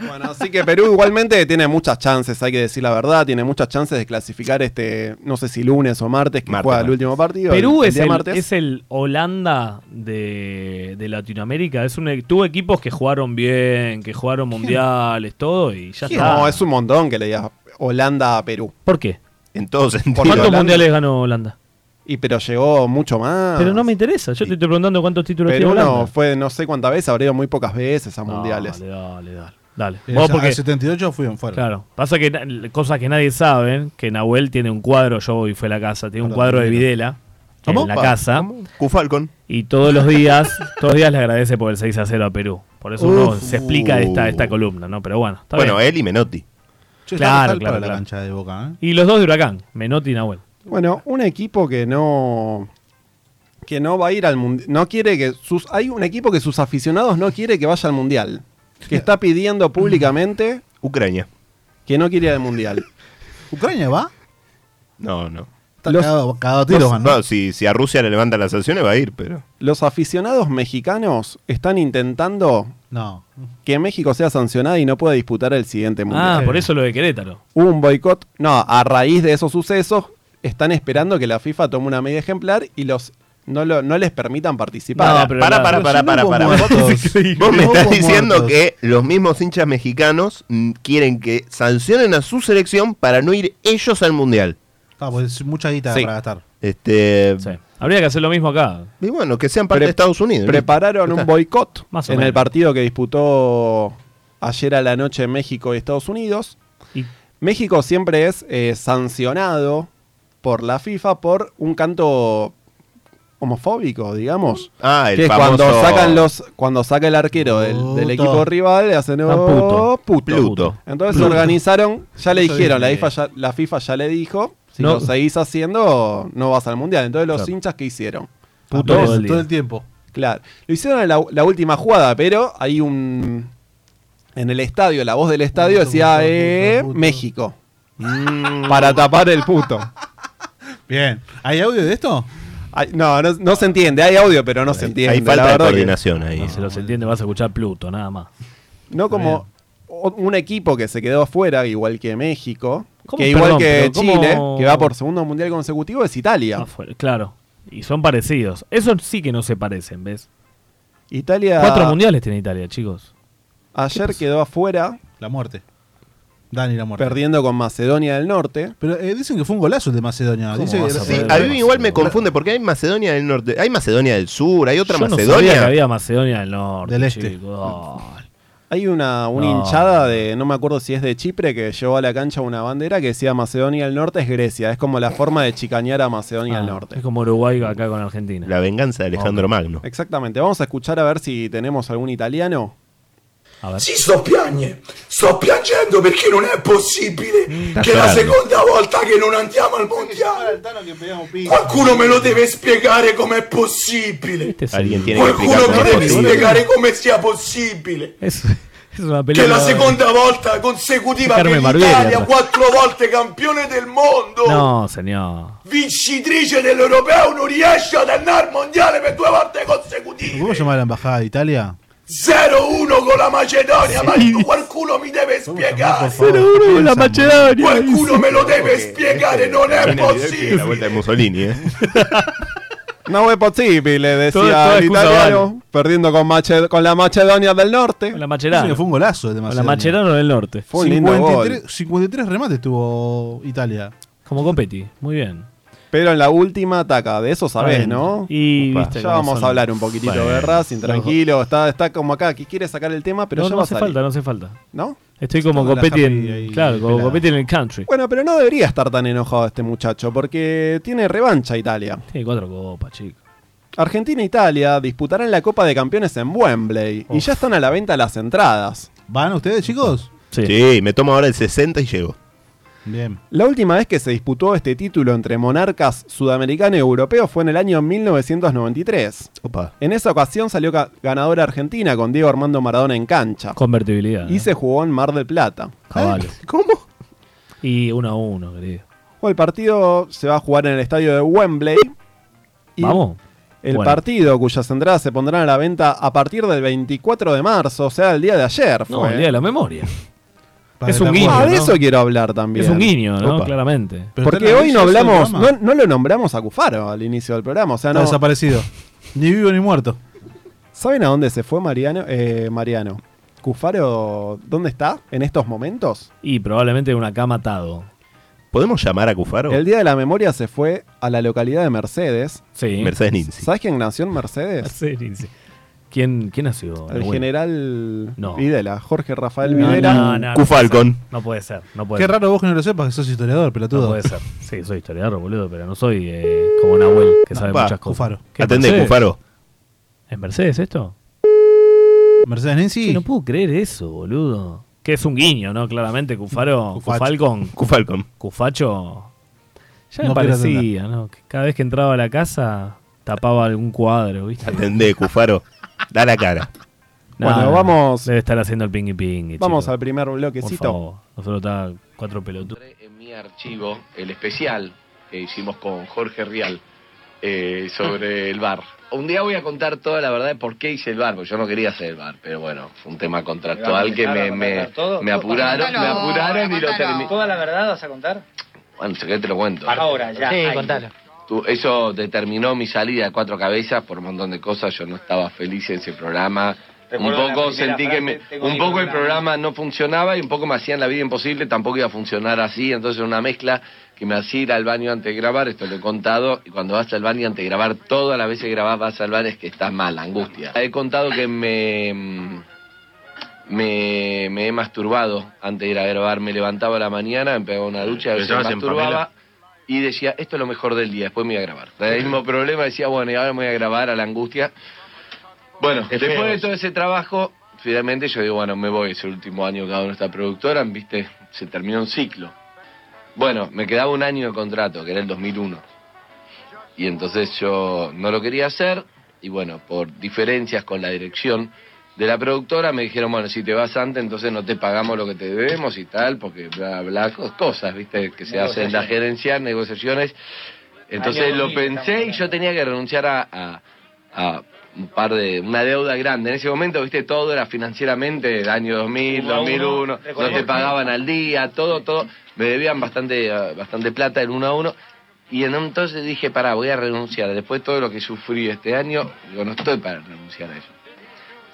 Speaker 2: Bueno, así que Perú igualmente tiene muchas chances, hay que decir la verdad. Tiene muchas chances de clasificar este, no sé si lunes o martes, que juega el último partido.
Speaker 4: Perú es
Speaker 2: día
Speaker 4: el,
Speaker 2: martes.
Speaker 4: es el Holanda de, de Latinoamérica. Es un, e- tuvo equipos que jugaron bien, que jugaron mundiales, todo, y ya está.
Speaker 2: No, es un montón que le digas Holanda a Perú.
Speaker 4: ¿Por qué?
Speaker 3: En todo sentido.
Speaker 4: ¿Cuántos mundiales ganó Holanda?
Speaker 2: Y pero llegó mucho más.
Speaker 4: Pero no me interesa. Yo te estoy preguntando cuántos títulos tiene
Speaker 2: Ah, Perú no,
Speaker 4: Holanda.
Speaker 2: fue no sé cuántas veces, habría ido muy pocas veces a mundiales.
Speaker 4: Dale, dale, dale.
Speaker 1: Eh,
Speaker 4: Vos
Speaker 1: o sea,
Speaker 4: porque-
Speaker 1: al 78 fueron fuera.
Speaker 4: Claro. Pasa que na- cosas que nadie sabe, que Nahuel tiene un cuadro, yo hoy fui a la casa, tiene un
Speaker 3: Perdón,
Speaker 4: cuadro de
Speaker 3: mira.
Speaker 4: Videla
Speaker 3: ¿Cómo?
Speaker 4: en la
Speaker 3: Pa,
Speaker 4: casa.
Speaker 3: Cufalcon.
Speaker 4: Y todos los días, todos los días le agradece por el 6 a 0 a Perú. Por eso uno
Speaker 3: Uf.
Speaker 4: se explica esta, esta columna, ¿no? Pero bueno, está
Speaker 3: Bueno,
Speaker 4: bien.
Speaker 3: él y Menotti.
Speaker 1: Che, está
Speaker 4: claro,
Speaker 1: brutal
Speaker 4: claro,
Speaker 1: para la
Speaker 4: claro.
Speaker 1: cancha de Boca, ¿eh?
Speaker 4: Y los dos de Huracán, Menotti y Nahuel.
Speaker 2: Bueno, un equipo que no que no va a ir al mundial, no quiere que sus hay un equipo que sus aficionados no quiere que vaya al mundial, que está pidiendo públicamente
Speaker 3: Ucrania.
Speaker 2: que no quiere ir al mundial.
Speaker 1: ¿Ucrania va?
Speaker 3: No, no.
Speaker 1: Está cagado, cagado a tiros,
Speaker 3: No,
Speaker 1: van,
Speaker 3: no, si, si a Rusia le levantan las sanciones va a ir, pero.
Speaker 2: Los aficionados mexicanos están intentando
Speaker 1: No.
Speaker 2: que México sea sancionada y no pueda disputar el siguiente mundial.
Speaker 4: Ah, por eso lo de Querétaro.
Speaker 2: Hubo un boicot. No, a raíz de esos sucesos están esperando que la FIFA tome una medida ejemplar y los no, lo- no les permitan participar.
Speaker 3: Para, para, para, para, para, para. Vos, vos me estás diciendo que los mismos hinchas mexicanos mm, quieren que sancionen a su selección para no ir ellos al mundial.
Speaker 1: Ah, pues es mucha guita para gastar.
Speaker 3: Este.
Speaker 4: Habría que hacer lo mismo acá.
Speaker 3: Y bueno, que sean parte de Estados Unidos. ¿no?
Speaker 2: Prepararon
Speaker 3: Ya
Speaker 2: un
Speaker 3: está.
Speaker 2: boicot
Speaker 4: Más o
Speaker 2: en
Speaker 4: menos.
Speaker 2: el partido que disputó ayer a la noche en México y Estados Unidos.
Speaker 4: Y-
Speaker 2: México siempre es eh, sancionado por la FIFA por un canto homofóbico, digamos.
Speaker 3: Ah, el
Speaker 2: que es
Speaker 3: famoso-
Speaker 2: cuando sacan los cuando saca el arquero del, del
Speaker 3: Puto.
Speaker 2: equipo rival le hacen
Speaker 3: Ah,
Speaker 2: "Oh,
Speaker 3: puto.
Speaker 2: puto".
Speaker 3: Pluto.
Speaker 2: Entonces
Speaker 3: Pluto.
Speaker 2: organizaron, ya le
Speaker 3: Eso
Speaker 2: dijeron, la
Speaker 3: dije.
Speaker 2: FIFA ya, la FIFA ya le dijo, si
Speaker 4: No.
Speaker 2: lo seguís haciendo no vas al mundial. Entonces los hinchas que hicieron.
Speaker 4: Puto
Speaker 2: Todos-
Speaker 4: todo el día.
Speaker 1: Todo el tiempo.
Speaker 2: Claro. Lo hicieron en la, la última jugada, pero hay un. En el estadio, la voz del estadio decía eh, México. Para tapar el puto.
Speaker 1: Bien. ¿Hay audio de esto?
Speaker 2: Ay, no, no, no se entiende. Hay audio, pero no se entiende.
Speaker 3: Hay
Speaker 2: la
Speaker 3: falta de
Speaker 2: verdad que-
Speaker 3: coordinación ahí.
Speaker 4: Se los entiende, vas a escuchar Pluto, nada más.
Speaker 2: No como o- un equipo que se quedó afuera, igual que México.
Speaker 4: ¿Cómo?
Speaker 2: Que igual
Speaker 4: Perdón,
Speaker 2: que
Speaker 4: pero ¿cómo-
Speaker 2: Chile, que va por segundo mundial consecutivo, es Italia.
Speaker 4: Afuera, Claro. Y son parecidos. Esos sí que no se parecen, ¿ves?
Speaker 2: Italia.
Speaker 4: Cuatro mundiales tiene Italia, chicos.
Speaker 2: Ayer quedó afuera.
Speaker 1: La muerte. Dani la muerte.
Speaker 2: Perdiendo con Macedonia del Norte.
Speaker 1: Pero eh, dicen que fue un golazo el de Macedonia.
Speaker 3: ¿Cómo
Speaker 1: Dice
Speaker 3: vas
Speaker 1: que-
Speaker 3: a Sí, a mí igual me confunde porque hay Macedonia del Norte, hay Macedonia del Sur, hay otra
Speaker 4: Yo no sabía
Speaker 3: Macedonia.
Speaker 4: que había Macedonia del Norte.
Speaker 3: Del Este.
Speaker 4: chicos.
Speaker 2: Hay una, una
Speaker 14: No.
Speaker 2: hinchada de, no me acuerdo si es de Chipre, que llevó a la cancha una bandera que decía Macedonia del Norte es Grecia. Es como la forma de chicañar a Macedonia del Norte.
Speaker 4: Es como Uruguay acá con Argentina.
Speaker 3: La venganza de Alejandro Magno.
Speaker 2: Exactamente. Vamos a escuchar a ver si tenemos algún italiano.
Speaker 4: A ver.
Speaker 16: Sì, sto piagne, sto piangendo perché non è possibile
Speaker 4: Mm.
Speaker 16: che la
Speaker 2: D'accordo.
Speaker 16: seconda volta che non andiamo al mondiale. Qualcuno me lo deve spiegare com'è possibile.
Speaker 3: Alguien tiene que explicar
Speaker 16: Qualcuno
Speaker 3: cómo
Speaker 16: mi
Speaker 3: es
Speaker 16: deve spiegare
Speaker 3: posible.
Speaker 16: come sia possibile.
Speaker 4: Es, es una película.
Speaker 16: Che la seconda volta consecutiva che
Speaker 4: Carmen Barbieri,
Speaker 16: l'Italia,
Speaker 4: allora.
Speaker 16: quattro volte campione del mondo,
Speaker 4: No, señor.
Speaker 16: vincitrice dell'Europeo, non riesce ad andare al mondiale per due volte consecutive.
Speaker 1: ¿Podemos llamar a la embajada de Italia?
Speaker 16: 0-1 con la Macedonia, ma qualcuno mi deve spiegare.
Speaker 4: con la Macedonia.
Speaker 16: Qualcuno me lo deve spiegare, non è
Speaker 3: este Tiene el video que
Speaker 16: possibile.
Speaker 3: La vuelta de Mussolini, ¿eh?
Speaker 2: No es posible, decía
Speaker 3: Todo- toda
Speaker 2: el
Speaker 3: excusa
Speaker 2: italiano, perdiendo con, Mache- con la Macedonia del Norte. Con
Speaker 4: la
Speaker 1: Dicen que fue un golazo de Macedonia.
Speaker 4: Macherano del Norte.
Speaker 2: Fue un lindo gol.
Speaker 1: 53 remates tuvo Italia.
Speaker 4: Como competi, muy bien.
Speaker 2: Pero en la última ataca, de eso sabés,
Speaker 4: Adentro.
Speaker 2: ¿no?
Speaker 4: Y
Speaker 2: Opa,
Speaker 4: viste
Speaker 2: ya
Speaker 4: cómo
Speaker 2: vamos
Speaker 4: son.
Speaker 2: a hablar un poquitito
Speaker 4: Bueno,
Speaker 2: de Racing,
Speaker 4: los-
Speaker 2: tranquilo, está, está como acá, que quiere sacar el tema, pero
Speaker 4: no,
Speaker 2: ya
Speaker 4: no
Speaker 2: va a
Speaker 4: hace
Speaker 2: salir.
Speaker 4: falta, no hace falta.
Speaker 2: ¿No?
Speaker 4: Estoy como
Speaker 2: Está con la
Speaker 4: competi
Speaker 2: Happy ahí
Speaker 4: en. Claro, como
Speaker 2: pelada.
Speaker 4: competi en el country.
Speaker 2: Bueno, pero no debería estar tan enojado este muchacho, porque tiene revancha Italia.
Speaker 4: Tiene cuatro copas, chico.
Speaker 2: Argentina e Italia disputarán la Copa de Campeones en Wembley y ya están a la venta las entradas.
Speaker 1: ¿Van ustedes, chicos?
Speaker 4: Sí.
Speaker 3: me tomo ahora el 60 y llego.
Speaker 1: Bien.
Speaker 2: La última vez que se disputó este título entre monarcas sudamericano y europeo fue en el año 1993. En esa ocasión salió ga- ganadora Argentina con Diego Armando Maradona en cancha.
Speaker 4: Convertibilidad.
Speaker 2: Y se jugó en Mar del Plata.
Speaker 4: Cabales.
Speaker 2: ¿Cómo?
Speaker 4: Y uno a uno, querido.
Speaker 2: Bueno, el partido se va a jugar en el estadio de Wembley. Y
Speaker 4: Vamos.
Speaker 2: El
Speaker 4: Bueno.
Speaker 2: partido cuyas entradas se pondrán a la venta a partir del 24 de marzo, o sea, el día de ayer.
Speaker 4: No,
Speaker 2: fue.
Speaker 4: el día de la memoria.
Speaker 2: Para
Speaker 4: es
Speaker 2: el
Speaker 4: un guiño.
Speaker 2: amor. Ah, de
Speaker 4: ¿no?
Speaker 2: eso quiero hablar también.
Speaker 4: Es un guiño, ¿no?
Speaker 2: Opa.
Speaker 4: Claramente.
Speaker 2: Porque hoy no hablamos, no, no lo nombramos a Cufaro al inicio del programa. O sea,
Speaker 1: Está
Speaker 2: no,
Speaker 1: desaparecido. Ni vivo ni muerto.
Speaker 2: ¿Saben a dónde se fue Mariano? Eh, Mariano. ¿Cufaro dónde está en estos momentos?
Speaker 4: Y probablemente una cama atado.
Speaker 3: ¿Podemos llamar a Cufaro?
Speaker 2: El Día de la Memoria se fue a la localidad de Mercedes.
Speaker 4: Sí.
Speaker 3: Mercedes Ninzi.
Speaker 2: ¿Sabes quién nació en Mercedes?
Speaker 4: Mercedes Ninzi. ¿Quién, quién nació?
Speaker 2: El
Speaker 4: Bueno.
Speaker 2: general
Speaker 4: No.
Speaker 2: Videla, Jorge Rafael
Speaker 4: No,
Speaker 2: Videla.
Speaker 4: no, no, no puede ser. No puede ser. No puede
Speaker 1: Qué
Speaker 4: ser.
Speaker 1: raro vos que no lo sepas, que sos historiador, pelotudo.
Speaker 4: No puede ser. Sí, soy historiador, boludo, pero no soy eh, como Nahuel,
Speaker 2: Ah,
Speaker 4: que
Speaker 1: No,
Speaker 4: sabe
Speaker 1: pa,
Speaker 4: muchas cosas.
Speaker 1: Cufaro.
Speaker 4: ¿Qué,
Speaker 3: Atendé,
Speaker 4: Mercedes?
Speaker 3: Cufaro.
Speaker 4: ¿Es Mercedes esto?
Speaker 1: ¿Mercedes Nancy?
Speaker 4: no puedo creer eso, boludo. Que es un guiño, ¿no? Claramente, Cufaro.
Speaker 3: Cufacho.
Speaker 4: Cufalcon.
Speaker 3: Cufalcon.
Speaker 4: Cufacho. Ya me
Speaker 3: No quiero
Speaker 4: parecía, ¿no? Que cada vez que entraba a la casa tapaba algún cuadro, ¿viste?
Speaker 3: Atendé, Cufaro. Da la cara.
Speaker 2: Bueno,
Speaker 4: vamos. Debe estar haciendo el pingui pingui.
Speaker 2: Vamos
Speaker 4: chicos.
Speaker 2: al primer bloquecito.
Speaker 4: Por favor. Nosotros está cuatro pelotudos.
Speaker 17: En mi archivo, el especial que hicimos con Jorge Rial eh, sobre el bar. Un día voy a contar toda la verdad de por qué hice el bar, porque yo no quería hacer el bar, pero bueno, fue un tema contractual que me, me, me apuraron, me apuraron y lo terminé.
Speaker 18: ¿Toda la verdad vas a contar?
Speaker 17: Bueno, si querés te lo cuento. eh.
Speaker 18: Ahora, ya. ahí.
Speaker 17: Tú- eso determinó mi salida de cuatro cabezas por un montón de cosas. Yo no estaba feliz en ese programa. Un
Speaker 19: Recuerdo
Speaker 17: poco
Speaker 19: la primera
Speaker 17: sentí que me-
Speaker 19: frase, tengo
Speaker 17: un
Speaker 19: mi
Speaker 17: poco el
Speaker 19: programa.
Speaker 17: programa no funcionaba y un poco me hacían la vida imposible, tampoco iba a funcionar así, entonces una mezcla que me hacía ir al baño antes de grabar, esto lo he contado, y cuando vas al baño antes de grabar, todas las veces que grabás vas al baño es que estás mal, angustia. He contado que me mm, me, me he masturbado antes de ir a grabar, me levantaba a la mañana, me pegaba una ducha, a veces me
Speaker 20: ¿Pensabas en
Speaker 17: masturbaba y decía, esto es lo mejor del día, después me iba a grabar. El mismo problema, decía, bueno, y ahora me voy a grabar a la angustia. Bueno,
Speaker 19: Qué
Speaker 17: después
Speaker 19: feo
Speaker 17: de
Speaker 19: eso.
Speaker 17: todo ese trabajo, finalmente yo digo, bueno, me voy, es el último año que hago en esta productora, viste, se terminó un ciclo. Bueno, me quedaba un año de contrato, que era el 2001. Y entonces yo no lo quería hacer, y bueno, por diferencias con la dirección de la productora, me dijeron, bueno, si te vas antes, entonces no te pagamos lo que te debemos y tal, porque bla, bla, co- cosas, viste, que se hacen en la
Speaker 19: Negociaciones.
Speaker 17: gerencia, negociaciones. Entonces
Speaker 19: Año
Speaker 17: lo
Speaker 19: 2000
Speaker 17: pensé y yo tenía que renunciar a- a- a un par de una deuda grande. En ese momento, viste, todo era financieramente el año 2000,
Speaker 19: Uno a uno,
Speaker 17: 2001, no
Speaker 19: recordemos
Speaker 17: te
Speaker 19: que-
Speaker 17: pagaban al día, todo, todo. Me debían bastante, eh, bastante plata el uno a uno. Y en- entonces dije, pará, voy a renunciar. Después de todo lo que sufrí este año, digo, no estoy para renunciar a eso.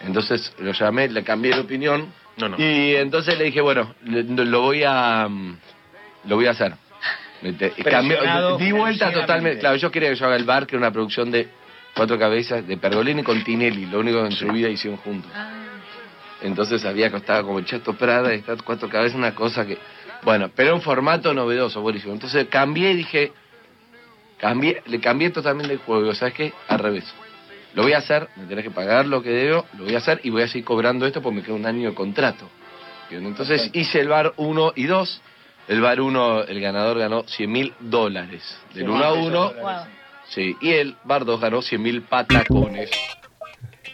Speaker 17: Entonces lo llamé, le cambié de opinión. Y entonces le dije, bueno, le- lo voy a. mm, Lo voy a hacer. Me te- cambié-
Speaker 19: Presionado
Speaker 17: di vuelta
Speaker 19: financieramente.
Speaker 17: totalmente. Claro, yo quería que yo haga el bar, que era una producción de cuatro cabezas de Pergolini con Tinelli, lo único que en su vida hicieron juntos. Entonces había costado como el Chato Prada, estas cuatro cabezas, una cosa que. Bueno, pero un formato novedoso, buenísimo. Entonces cambié y dije. Cambié, le cambié totalmente el juego. Digo, ¿Sabes qué? Al revés. Lo voy a hacer, me tenés que pagar lo que debo, lo voy a hacer y voy a seguir cobrando esto porque me queda un año de contrato. Bien, Entonces hice el bar 1 y 2. El bar 1, el ganador ganó 100 mil dólares. Del 1 a 1, sí. Y el bar 2 ganó 100 mil patacones.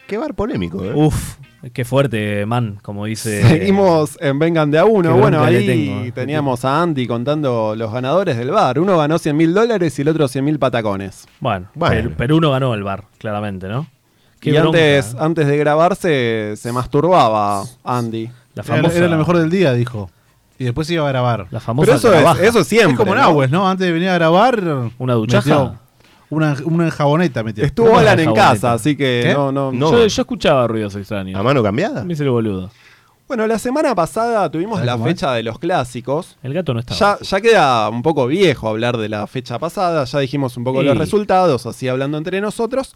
Speaker 3: Qué bar polémico, ¿eh?
Speaker 4: Uf, qué fuerte, man, como dice.
Speaker 2: Seguimos en Vengan de a uno.
Speaker 4: Qué
Speaker 2: Bueno,
Speaker 4: bronca le
Speaker 2: ahí
Speaker 4: tengo, eh.
Speaker 2: teníamos a Andy contando los ganadores del bar. Uno ganó 100 mil dólares y el otro 100 mil patacones.
Speaker 4: Bueno,
Speaker 2: Bueno.
Speaker 4: Pero, pero uno ganó el bar, claramente, ¿no? Qué
Speaker 2: y
Speaker 4: bronca. eh.
Speaker 2: antes, antes de grabarse se masturbaba Andy.
Speaker 1: La famosa- Era lo mejor del día, dijo. Y después se iba a grabar.
Speaker 4: La
Speaker 2: Pero eso es- eso siempre,
Speaker 1: Es como
Speaker 2: ¿no?
Speaker 1: Nahues, ¿no? Antes de venir a grabar.
Speaker 4: Una
Speaker 2: duchaja.
Speaker 1: Una, una enjaboneta metió.
Speaker 2: Estuvo Alan en casa, así que
Speaker 1: ¿Qué?
Speaker 2: no, no.
Speaker 4: Yo, yo escuchaba ruidos extraños.
Speaker 3: ¿A mano cambiada?
Speaker 4: Me hice el boludo.
Speaker 2: Bueno, la semana pasada tuvimos la fecha de los clásicos.
Speaker 4: El gato no estaba.
Speaker 2: Ya, ya queda un poco viejo hablar de la fecha pasada, ya dijimos un poco
Speaker 4: Sí.
Speaker 2: los resultados, así hablando entre nosotros.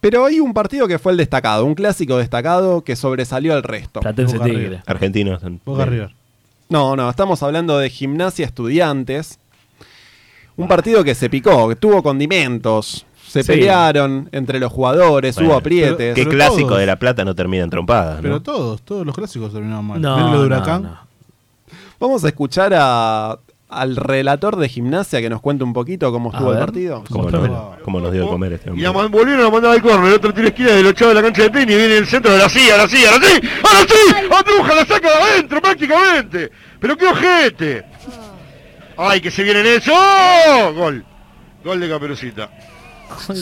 Speaker 2: Pero hay un partido que fue el destacado, un clásico destacado que sobresalió al resto.
Speaker 4: Platense Boca Tigre. River.
Speaker 3: Argentino.
Speaker 1: Boca River.
Speaker 2: No, no, estamos hablando de Gimnasia Estudiantes. Un partido que se picó, que tuvo condimentos, se
Speaker 3: Sí.
Speaker 2: pelearon entre los jugadores,
Speaker 3: Bueno,
Speaker 2: hubo aprietes.
Speaker 3: Qué clásico de La Plata no termina en trompadas, ¿no?
Speaker 1: Pero todos, todos los clásicos terminaban mal.
Speaker 2: No,
Speaker 1: Menos lo de
Speaker 2: no,
Speaker 1: Huracán.
Speaker 2: Vamos a escuchar a- al relator de Gimnasia que nos cuente un poquito cómo estuvo el
Speaker 3: ver.
Speaker 2: partido.
Speaker 3: ¿Cómo, no- cómo nos dio de comer este
Speaker 14: Y
Speaker 3: hombre?
Speaker 14: la man- volvieron a mandar al córner, el otro tiro esquina del ochavo de la cancha de tenis, viene el centro de la silla, la silla, la silla, ahora sí, Andruja la saca de adentro prácticamente, pero qué ojete. Ay, que se viene en eso, ¡Oh! gol, gol de Caperucita.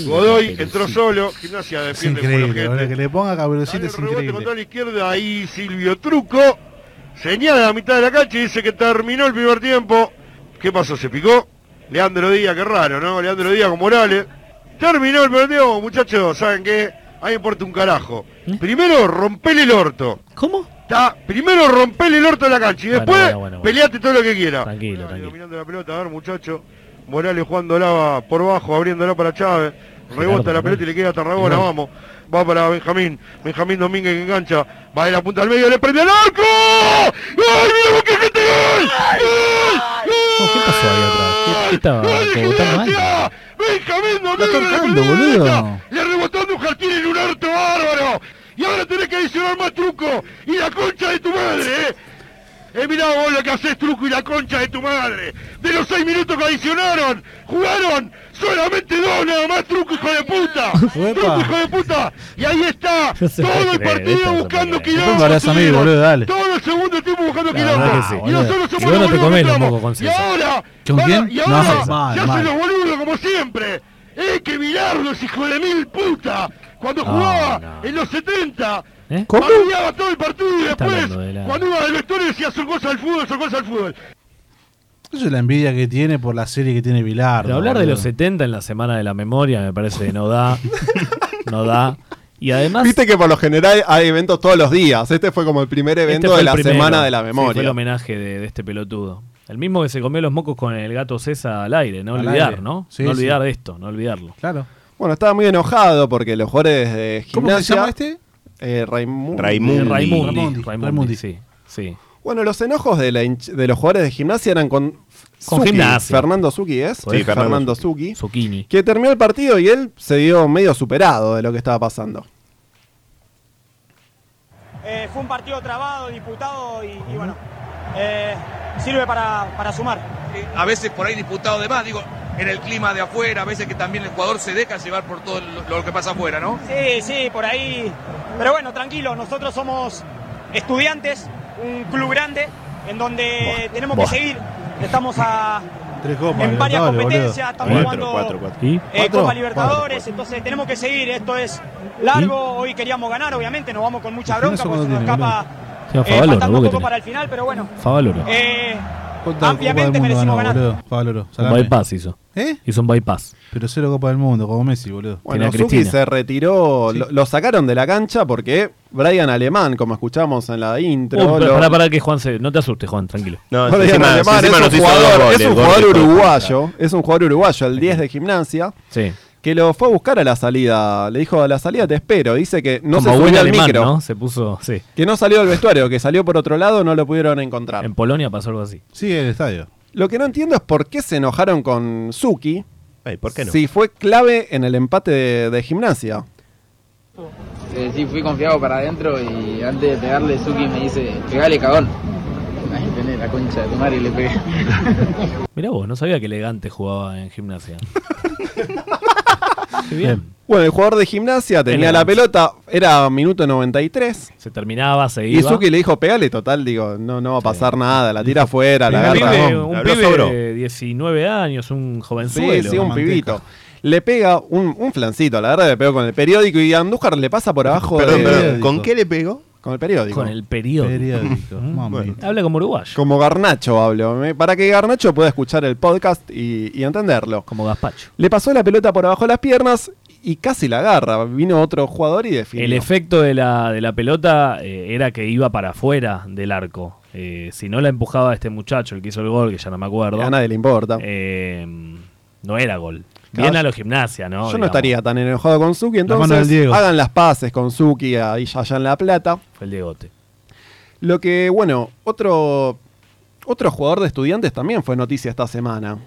Speaker 14: Godoy entró solo, gimnasia
Speaker 1: Es
Speaker 14: defiende como el
Speaker 1: increíble,
Speaker 14: ojete.
Speaker 1: boludo, que le ponga cabroncito es
Speaker 14: Rebote
Speaker 1: increíble.
Speaker 14: mandó a la izquierda, ahí Silvio Truco, señala la mitad de la cancha y dice que terminó el primer tiempo. ¿Qué pasó? ¿Se picó? Leandro Díaz, qué raro, ¿no? Leandro Díaz con Morales. Terminó el primer tiempo, muchachos, ¿saben qué? A mí me importa un carajo. Primero, rompele el orto.
Speaker 4: ¿Eh? ¿Cómo?
Speaker 14: primero rompele el orto de la cancha y
Speaker 4: Bueno,
Speaker 14: después
Speaker 4: bueno, bueno, bueno.
Speaker 14: peleate todo lo que quiera.
Speaker 4: Tranquilo, tranquilo.
Speaker 14: Dominando la pelota, a ver, muchacho. Morales jugándola por bajo, abriéndola para Chávez. Rebota la pelota y le queda a Tarragona,
Speaker 16: Gerardo.
Speaker 14: vamos. Va para Benjamín. Benjamín Domínguez que engancha. Va de la punta al medio, le prende el arco. ¡Gol! ¡Mira qué gente! este ¡Gol! ¡Gol!
Speaker 4: ¿Qué pasó ahí atrás? ¿Qué, qué estaba? ¿Cómo tan mal?
Speaker 14: Benjamín Domínguez le
Speaker 4: tocando,
Speaker 14: prende la
Speaker 4: boludo.
Speaker 14: derecha, Le rebotó un jardín en un orto bárbaro. Y ahora tenés que adicionar más truco. Y la concha de tu madre, eh. Eh, mirá vos lo que haces, truco y la concha de tu madre. De los seis minutos que adicionaron, jugaron solamente dos nada más, truco, hijo de puta. truco, hijo de puta. Y ahí está,
Speaker 1: No se puede
Speaker 14: todo el
Speaker 1: creer,
Speaker 14: partido
Speaker 1: esto no se
Speaker 14: buscando
Speaker 1: puede creer.
Speaker 14: quilombo.
Speaker 1: No me abrazo a mí,
Speaker 14: tuvieron.
Speaker 1: boludo, dale.
Speaker 14: Todo el segundo tiempo buscando quilombo.
Speaker 1: verdad que sí,
Speaker 14: y
Speaker 1: boludo.
Speaker 14: nosotros
Speaker 1: Y
Speaker 14: somos
Speaker 1: vos no te
Speaker 14: boludos
Speaker 1: comés
Speaker 14: que
Speaker 1: los
Speaker 14: somos.
Speaker 1: mocos con
Speaker 14: Y
Speaker 1: César.
Speaker 14: ahora,
Speaker 1: ¿Con
Speaker 14: van a-
Speaker 1: quién?
Speaker 14: Y
Speaker 1: No,
Speaker 14: ahora,
Speaker 1: mal,
Speaker 14: se hacen
Speaker 1: mal.
Speaker 14: los boludos como siempre. Eh, que Bilardos, hijo de mil puta. Cuando
Speaker 1: No,
Speaker 14: jugaba en los 70,
Speaker 1: ¿Eh?
Speaker 4: ¿Cómo?
Speaker 14: bardeaba todo el partido y
Speaker 4: está
Speaker 14: después,
Speaker 4: hablando de la-
Speaker 14: cuando iba del vestuario decía, son cosas al fútbol, son cosas al fútbol.
Speaker 1: Eso es la envidia que tiene por la serie que tiene Vilar.
Speaker 4: Pero hablar de los 70 en la semana de la memoria me parece que no da. no da. Y además.
Speaker 2: Viste que por lo general hay eventos todos los días. Este fue como el primer
Speaker 4: este
Speaker 2: evento
Speaker 4: fue
Speaker 2: de
Speaker 4: el
Speaker 2: la
Speaker 4: primero.
Speaker 2: semana de la
Speaker 4: Sí, fue el
Speaker 2: memoria.
Speaker 4: homenaje de, de este pelotudo. El mismo que se comió los mocos con el gato César al aire, no
Speaker 1: Al
Speaker 4: olvidar,
Speaker 1: aire.
Speaker 4: ¿no?
Speaker 1: Sí,
Speaker 4: no
Speaker 1: sí.
Speaker 4: olvidar de esto, no olvidarlo.
Speaker 1: Claro.
Speaker 2: bueno, estaba muy enojado porque los jugadores de gimnasia.
Speaker 1: ¿Cómo se llama este? Eh,
Speaker 2: Eh, Raimundi.
Speaker 4: Raimundi. Raimundi. Raimundi, sí. sí.
Speaker 2: Bueno, los enojos de, la hinch- de los jugadores de gimnasia eran con.
Speaker 4: Con
Speaker 2: Zucchi.
Speaker 4: Gimnasia.
Speaker 2: Fernando Zucchi es.
Speaker 4: Sí, Fernando
Speaker 2: Fernando Zucchi.
Speaker 4: Zucchini.
Speaker 2: Que terminó el partido y él se dio medio superado de lo que estaba pasando.
Speaker 18: Eh, fue un partido trabado, disputado y, y bueno, eh, sirve para, para sumar.
Speaker 19: a veces por ahí disputado de más, digo, en el clima de afuera, a veces que también el jugador se deja llevar por todo lo, lo que pasa afuera, ¿no?
Speaker 18: Sí, sí, por ahí. Pero bueno, tranquilo, nosotros somos estudiantes, un club grande, en donde tenemos
Speaker 1: buah.
Speaker 18: que seguir. Estamos a,
Speaker 1: Tres copas.
Speaker 18: en varias
Speaker 1: Libertadores, boludo.
Speaker 18: competencias, estamos
Speaker 1: Cuatro,
Speaker 18: jugando
Speaker 1: cuatro, cuatro.
Speaker 18: eh,
Speaker 1: ¿Cuatro?
Speaker 18: Copa Libertadores, entonces tenemos que seguir, esto es largo, hoy queríamos ganar, obviamente, nos vamos con mucha
Speaker 4: ¿Qué
Speaker 18: bronca,
Speaker 4: razón
Speaker 18: porque se
Speaker 4: no
Speaker 18: nos
Speaker 4: tiene,
Speaker 18: escapa
Speaker 4: Se llama
Speaker 18: eh,
Speaker 4: Favaloro,
Speaker 18: faltando
Speaker 4: vos
Speaker 18: un
Speaker 4: que
Speaker 18: poco
Speaker 4: tenés.
Speaker 18: para el final, pero bueno.
Speaker 4: Favaloro.
Speaker 18: Eh,
Speaker 1: ¿Cuántas
Speaker 18: ampliamente
Speaker 1: Copas del Mundo
Speaker 18: merecimos
Speaker 1: ganó,
Speaker 18: ganar.
Speaker 1: boludo? Favaloro,
Speaker 4: Un
Speaker 1: salame.
Speaker 4: bypass hizo.
Speaker 1: ¿Eh?
Speaker 4: Hizo un bypass.
Speaker 1: Pero cero Copa del Mundo, como Messi, boludo.
Speaker 2: Bueno, Suki se retiró, lo, lo sacaron de la cancha porque Brian Alemán, como escuchamos en la intro,
Speaker 4: Uy,
Speaker 2: lo-
Speaker 4: para, para, para que Juan se. No te asustes, Juan, tranquilo.
Speaker 3: No,
Speaker 2: Brian Alemán es un jugador, es un jugador uruguayo, es un jugador uruguayo, el 10 de gimnasia.
Speaker 4: Sí.
Speaker 2: que lo fue a buscar a la salida. Le dijo, a la salida te espero. Dice que no
Speaker 4: Como
Speaker 2: se
Speaker 4: buen
Speaker 2: subió al
Speaker 4: alemán,
Speaker 2: micro.
Speaker 4: ¿no? Se puso, sí.
Speaker 2: Que no salió del vestuario, que salió por otro lado, no lo pudieron encontrar. En
Speaker 4: Polonia pasó algo así.
Speaker 2: Sí, en el estadio. Lo que no entiendo es por qué se enojaron con Suki.
Speaker 3: ¿Por qué no?
Speaker 2: Si fue clave en el empate de, de gimnasia.
Speaker 6: Eh, sí, fui confiado para adentro y antes de pegarle, Suki me dice, pegale, cagón. Ahí tenés la concha de tu madre y le pegué.
Speaker 4: Mirá vos, no sabía que elegante jugaba en gimnasia. Qué bien.
Speaker 2: Bueno, el jugador de gimnasia tenía
Speaker 4: Elegante.
Speaker 2: la pelota, era minuto 93.
Speaker 4: Se terminaba, se
Speaker 2: Y
Speaker 4: iba.
Speaker 2: Suki le dijo, pegale, total, digo, no, no va a pasar nada, la tira afuera, la
Speaker 4: un
Speaker 2: agarra.
Speaker 4: pibe,
Speaker 2: no,
Speaker 4: un
Speaker 2: la
Speaker 4: pibe
Speaker 2: sobró.
Speaker 4: de 19 años, un jovenzuelo.
Speaker 2: Sí, sí, un
Speaker 4: Manteca.
Speaker 2: pibito. Le pega un, un flancito, la verdad le pegó con el periódico y Andújar le pasa por abajo.
Speaker 3: Perdón,
Speaker 2: de-
Speaker 3: perdón, ¿con qué le pegó?
Speaker 2: Con el periódico.
Speaker 4: Con el periódico. Mm. Habla como uruguayo.
Speaker 2: Como Garnacho hablo, ¿eh? para que Garnacho pueda escuchar el podcast y, y entenderlo.
Speaker 4: Como Gaspacho.
Speaker 2: Le pasó la pelota por abajo de las piernas y casi la agarra. Vino otro jugador y definió.
Speaker 4: El efecto de la, de la pelota eh, era que iba para afuera del arco. Eh, si no la empujaba este muchacho, el que hizo el gol, que ya no me acuerdo.
Speaker 2: A nadie le importa.
Speaker 4: eh, no era gol.
Speaker 2: Claro,
Speaker 4: Bien a
Speaker 2: yo-
Speaker 4: los gimnasia, ¿no?
Speaker 2: Yo no estaría tan enojado con Suki,
Speaker 4: mano del
Speaker 2: entonces
Speaker 4: Diego.
Speaker 2: hagan las paces con Suki ahí allá en La Plata.
Speaker 4: Fue el Diegote.
Speaker 2: Lo que, bueno, otro, otro jugador de estudiantes también fue noticia esta semana.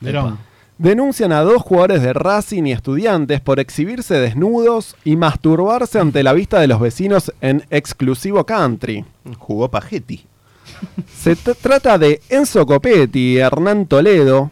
Speaker 1: Verón.
Speaker 2: Denuncian a dos jugadores de Racing y estudiantes por exhibirse desnudos y masturbarse ante la vista de los vecinos en exclusivo country.
Speaker 3: Jugó Pagetti.
Speaker 2: Se tr- trata de Enzo Copetti y Hernán Toledo,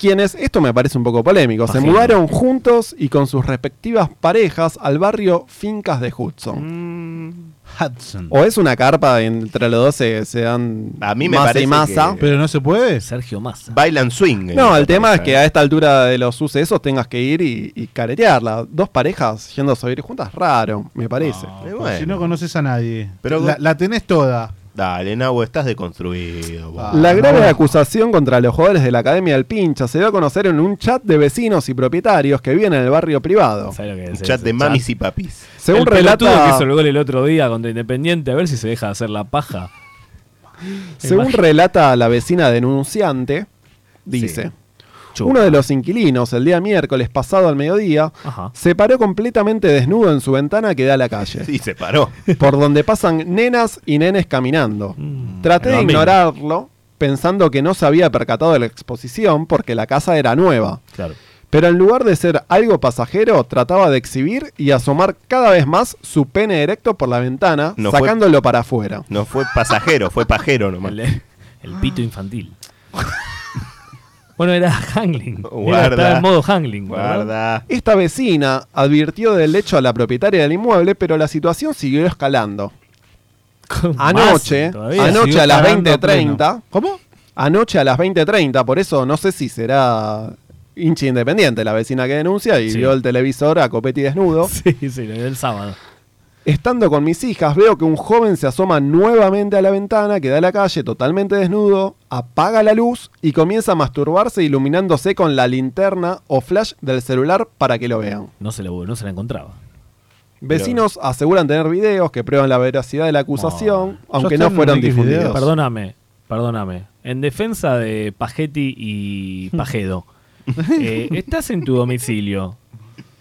Speaker 2: quienes, esto me parece un poco polémico, se
Speaker 4: Pajero.
Speaker 2: mudaron juntos y con sus respectivas parejas al barrio Fincas de
Speaker 3: Mm.
Speaker 2: Hudson.
Speaker 1: Hudson.
Speaker 2: O es una carpa, entre los dos se, se dan
Speaker 3: A mí me
Speaker 2: masa
Speaker 3: parece
Speaker 2: y masa.
Speaker 3: que-
Speaker 1: Pero no se puede.
Speaker 4: Sergio Massa.
Speaker 3: Bailan swing.
Speaker 2: No, el tema es que a esta altura de los sucesos tengas que ir y, y caretearla. Dos parejas yéndose a vivir juntas, raro, me parece.
Speaker 1: Pues Si no conoces a nadie.
Speaker 3: Pero-
Speaker 1: Eh, la, la tenés toda.
Speaker 3: Dale, Nahu, estás deconstruido.
Speaker 4: Ah,
Speaker 3: vos.
Speaker 2: La grave acusación contra los jugadores de la Academia del Pincha se dio a conocer en un chat de vecinos y propietarios que viven en el barrio privado.
Speaker 3: Un chat de mamis y papis.
Speaker 2: Según
Speaker 4: el
Speaker 2: relata-
Speaker 4: pelotudo que hizo el gol el otro día contra Independiente, a ver si se deja de hacer la paja.
Speaker 2: Según
Speaker 4: Imagínate.
Speaker 2: relata la vecina denunciante, dice, uno de los inquilinos el día miércoles pasado al mediodía se paró completamente desnudo en su ventana que da a la calle.
Speaker 3: Sí, se paró.
Speaker 2: Por donde pasan nenas y nenes caminando. Traté
Speaker 3: el
Speaker 2: de
Speaker 3: domingo.
Speaker 2: ignorarlo pensando que no se había percatado de la exposición porque la casa era nueva.
Speaker 4: Claro.
Speaker 2: Pero en lugar de ser algo pasajero, trataba de exhibir y asomar cada vez más su pene erecto por la ventana,
Speaker 3: No fue-
Speaker 2: sacándolo para afuera.
Speaker 3: No fue pasajero, fue pajero nomás.
Speaker 4: El pito infantil. bueno, era Hangling.
Speaker 3: Guarda.
Speaker 4: estaba en modo Hangling. ¿verdad?
Speaker 2: Esta vecina advirtió del hecho a la propietaria del inmueble, pero la situación siguió escalando. Anoche,
Speaker 4: más, todavía
Speaker 2: anoche
Speaker 4: siguió
Speaker 2: a las
Speaker 4: escalando a
Speaker 2: 20.30. ¿Cómo? Anoche a las 20.30, por eso no sé si será hincha independiente la vecina que denuncia y
Speaker 4: Sí.
Speaker 2: vio el televisor a Copetti desnudo.
Speaker 4: Sí, sí, lo vi el sábado.
Speaker 2: Estando con mis hijas, veo que un joven se asoma nuevamente a la ventana que da a la calle totalmente desnudo, apaga la luz y comienza a masturbarse iluminándose con la linterna o flash del celular para que lo vean.
Speaker 4: No se, lo, no se la encontraba.
Speaker 2: Vecinos aseguran tener videos que prueban la veracidad de la acusación,
Speaker 4: Ah.
Speaker 2: aunque no fueron difundidos.
Speaker 4: Perdóname, perdóname. En defensa de Pagetti y Pajedo, eh, estás en tu domicilio,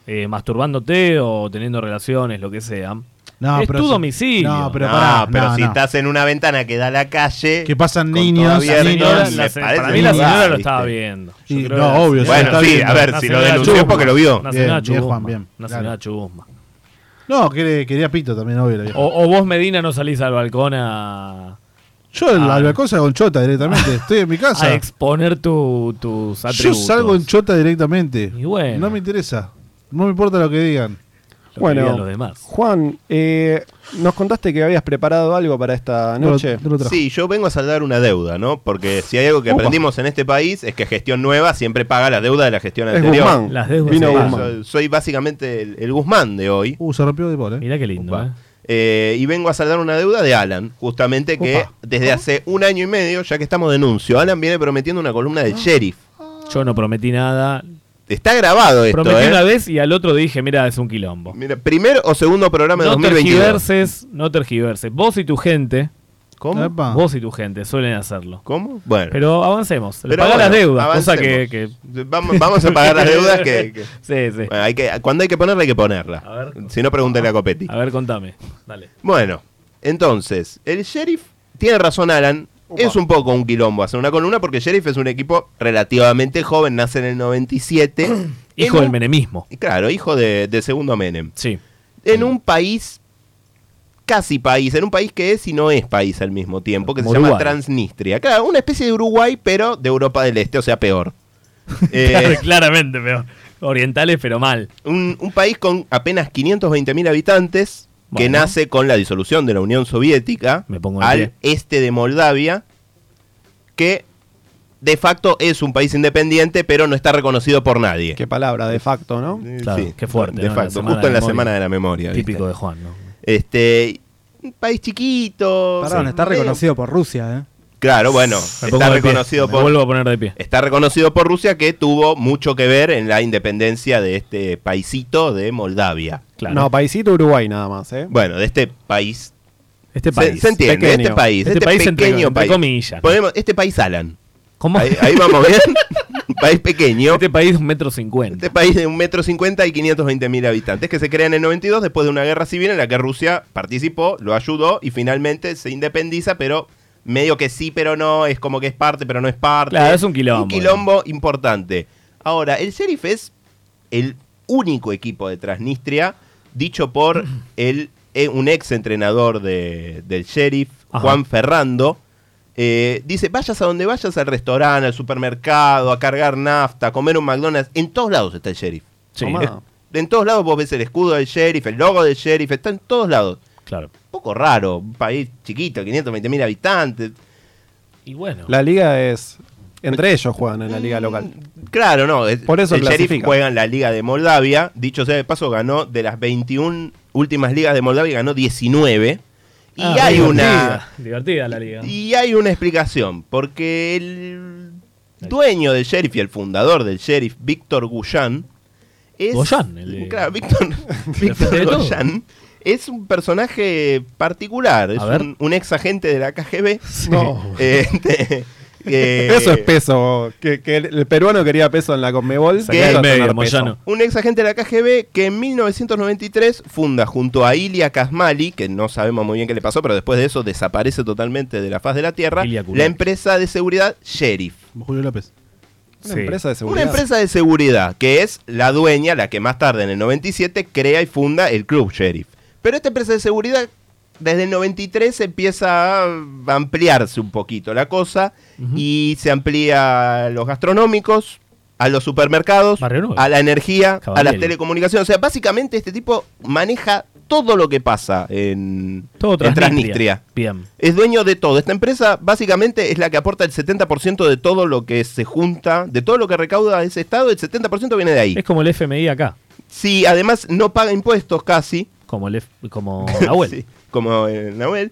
Speaker 4: eh, masturbándote o teniendo relaciones, lo que sea.
Speaker 1: No,
Speaker 4: es
Speaker 1: pero
Speaker 4: tu
Speaker 1: si-
Speaker 4: domicilio.
Speaker 1: no, pero pará,
Speaker 3: Ah, pero
Speaker 1: no,
Speaker 3: si
Speaker 1: no.
Speaker 3: estás en una ventana que da a la calle.
Speaker 1: Que pasan
Speaker 3: con
Speaker 1: niños,
Speaker 3: todo abierto,
Speaker 1: niños.
Speaker 3: me
Speaker 1: La-
Speaker 3: parece
Speaker 1: para mí la
Speaker 3: muy
Speaker 1: señora
Speaker 3: mal,
Speaker 1: lo
Speaker 4: estaba
Speaker 3: ¿viste?
Speaker 4: viendo.
Speaker 1: Sí,
Speaker 4: Yo creo
Speaker 1: no,
Speaker 4: que la
Speaker 1: obvio,
Speaker 4: señora
Speaker 1: sí, está
Speaker 4: está
Speaker 1: bien.
Speaker 4: viendo.
Speaker 1: A ver,
Speaker 4: Una
Speaker 1: si lo
Speaker 4: señora
Speaker 1: denunció
Speaker 4: chusma.
Speaker 1: porque lo vio.
Speaker 4: Una
Speaker 1: Bien,
Speaker 4: señora
Speaker 1: bien,
Speaker 4: chusma.
Speaker 1: Juan, bien.
Speaker 4: Una
Speaker 1: Claro.
Speaker 4: señora chusma.
Speaker 1: No, quería, quería pito también, obvio. la vieja.
Speaker 4: O, o vos, Medina, no salís al balcón a,
Speaker 1: Yo al
Speaker 4: Ah.
Speaker 1: la balconza con chota directamente. Estoy en mi
Speaker 4: a
Speaker 1: casa.
Speaker 4: exponer tu- tus
Speaker 1: Yo
Speaker 4: atributos.
Speaker 1: salgo en chota directamente.
Speaker 4: Y bueno.
Speaker 1: No me interesa. No me importa lo que digan.
Speaker 2: Bueno, Juan, eh, nos contaste que habías preparado algo para esta noche.
Speaker 3: Sí, yo vengo a saldar una deuda, ¿no? Porque si hay algo que
Speaker 2: Upa.
Speaker 3: aprendimos en este país es que gestión nueva siempre paga la deuda de la gestión
Speaker 2: Es
Speaker 3: anterior.
Speaker 2: Guzmán. Las deudas
Speaker 1: Vino
Speaker 3: Sí,
Speaker 1: Guzmán.
Speaker 3: soy, soy básicamente el, el Guzmán de hoy.
Speaker 1: Uh, se rompió de bola.
Speaker 4: Mirá qué lindo,
Speaker 3: eh. Eh, y vengo a saldar una deuda de Alan, justamente que
Speaker 4: Upa.
Speaker 3: desde hace un año y medio, ya que estamos de anuncio, Alan viene prometiendo una columna
Speaker 1: Ah.
Speaker 3: del sheriff.
Speaker 4: Yo no prometí nada.
Speaker 3: Está grabado esto,
Speaker 4: Prometí
Speaker 3: ¿eh?
Speaker 4: una vez y al otro dije, mira, es un quilombo.
Speaker 3: Mira, primer o segundo programa de
Speaker 4: No
Speaker 3: 2022.
Speaker 4: tergiverses, no tergiverses. Vos y tu gente
Speaker 3: ¿Cómo?
Speaker 4: Epa. Vos y tu gente suelen hacerlo.
Speaker 3: ¿Cómo? Bueno.
Speaker 4: Pero avancemos.
Speaker 3: Pero
Speaker 4: pagar las
Speaker 3: bueno,
Speaker 4: deudas. Cosa que,
Speaker 3: avancemos. Vamos, vamos a pagar las deudas que. que-
Speaker 4: Sí, sí.
Speaker 3: Bueno, hay que- cuando hay que ponerla, hay que ponerla. si no, pregúntale a Copetti.
Speaker 4: A ver, contame. Dale.
Speaker 3: Bueno, entonces, el sheriff tiene razón, Alan. Es un poco un quilombo hacer una columna porque Sheriff es un equipo relativamente joven, nace en el 97.
Speaker 4: Hijo
Speaker 3: En
Speaker 4: del
Speaker 3: un-
Speaker 4: menemismo.
Speaker 3: Claro, hijo de, de segundo Menem.
Speaker 4: Sí.
Speaker 3: En un país, casi país, en un país que es y no es país al mismo tiempo, que
Speaker 4: Como
Speaker 3: se llama
Speaker 4: Uruguay.
Speaker 3: Transnistria. Claro, una especie de Uruguay, pero de Europa del Este, o sea, peor. Eh,
Speaker 4: Claramente, pero. Orientales, pero mal.
Speaker 3: un, un país con apenas 520.000 habitantes que
Speaker 4: Bueno.
Speaker 3: nace con la disolución de la Unión Soviética
Speaker 4: de
Speaker 3: al este de Moldavia, que de facto es un país independiente, pero no está reconocido por nadie. Qué
Speaker 2: palabra, de facto, ¿no?
Speaker 3: Claro, qué fuerte, de ¿no? La facto, semana justo
Speaker 2: justo en
Speaker 3: de
Speaker 2: la
Speaker 3: en la memoria.
Speaker 2: semana de la memoria.
Speaker 4: Típico de Juan, ¿no?
Speaker 3: Este, un país chiquito.
Speaker 21: Perdón,
Speaker 3: sí,
Speaker 21: está
Speaker 3: medio-
Speaker 21: reconocido por Rusia, ¿eh?
Speaker 3: Claro, bueno,
Speaker 4: Me pongo
Speaker 3: está
Speaker 4: de pie,
Speaker 3: reconocido
Speaker 4: me
Speaker 3: por
Speaker 4: vuelvo a poner de pie.
Speaker 3: Está reconocido por Rusia que tuvo mucho que ver en la independencia de este paisito de Moldavia.
Speaker 2: No, paisito Uruguay nada más, ¿eh?
Speaker 3: Bueno, de este país.
Speaker 4: Este
Speaker 3: Se, se entiende, este país. Este, pequeño país. Ponemos, este país Alan.
Speaker 4: ¿Cómo?
Speaker 3: Ahí, ahí vamos bien. Un país pequeño.
Speaker 4: Este país de un metro cincuenta.
Speaker 3: Este país de un metro cincuenta y 520 mil habitantes que se crea en el 92 después de una guerra civil en la que Rusia participó, lo ayudó y finalmente se independiza, pero medio que sí, pero no, es como que es parte, pero no es parte.
Speaker 4: Claro, es un quilombo.
Speaker 3: Un quilombo importante. Ahora, el Sheriff es el único equipo de Transnistria, dicho por el, eh, un ex entrenador de- del Sheriff,
Speaker 4: Ajá.
Speaker 3: Juan Ferrando. eh, dice, vayas a donde vayas, al restaurante, al supermercado, a cargar nafta, a comer un McDonald's. En todos lados está el sheriff.
Speaker 4: Sí.
Speaker 3: Es- en todos lados vos ves el escudo del sheriff, el logo del sheriff, está en todos lados.
Speaker 4: Claro.
Speaker 3: Un poco raro, un país chiquito, 520 mil habitantes.
Speaker 4: Y bueno.
Speaker 2: La liga es. Entre ellos juegan en la liga local.
Speaker 3: Claro, no. es-
Speaker 2: Por eso
Speaker 3: el Sheriff
Speaker 2: clasifica.
Speaker 3: juega en la Liga de Moldavia. Dicho sea de paso, ganó de las 21 últimas ligas de Moldavia, ganó 19. Y
Speaker 4: Ah,
Speaker 3: hay
Speaker 4: divertida,
Speaker 3: una.
Speaker 4: Divertida la liga.
Speaker 3: Y hay una explicación, porque el dueño del sheriff y el fundador del sheriff, Víctor Guyán, es.
Speaker 4: Goyán, el de-
Speaker 3: Claro, Víctor, Víctor
Speaker 4: de todo.
Speaker 3: Goyán es un personaje particular. Es
Speaker 2: A ver.
Speaker 3: un, un ex agente de la KGB.
Speaker 2: No.
Speaker 3: Eh, este, eh,
Speaker 2: Eso es peso. Que, que el, el peruano quería peso en la Conmebol.
Speaker 3: Sacá del
Speaker 2: Quiso
Speaker 3: medio,
Speaker 2: tener
Speaker 4: Moyano.
Speaker 2: peso.
Speaker 3: Un ex agente de la KGB que en 1993 funda junto a Ilia Kasmali, que no sabemos muy bien qué le pasó, pero después de eso desaparece totalmente de la faz de la tierra, la empresa de seguridad Sheriff.
Speaker 1: Julio López.
Speaker 2: Una empresa de seguridad.
Speaker 3: Una empresa de seguridad, que es la dueña, la que más tarde, en el 97, crea y funda el Club Sheriff. Pero este esta empresa de seguridad, desde el 93, empieza a ampliarse un poquito la cosa y se amplía a los gastronómicos, a los supermercados, a la energía, a
Speaker 4: Caballeri.
Speaker 3: las telecomunicaciones. O sea, básicamente este tipo maneja todo lo que pasa en,
Speaker 4: Todo
Speaker 3: en Transnistria.
Speaker 4: Bien.
Speaker 3: Es dueño de todo. Esta empresa básicamente es la que aporta el 70% de todo lo que se junta, de todo lo que recauda ese Estado, el 70% viene de ahí.
Speaker 4: Es como el FMI acá.
Speaker 3: Sí, además no paga impuestos casi.
Speaker 4: Como el F- como Nahuel.
Speaker 3: Sí, como eh, Nahuel.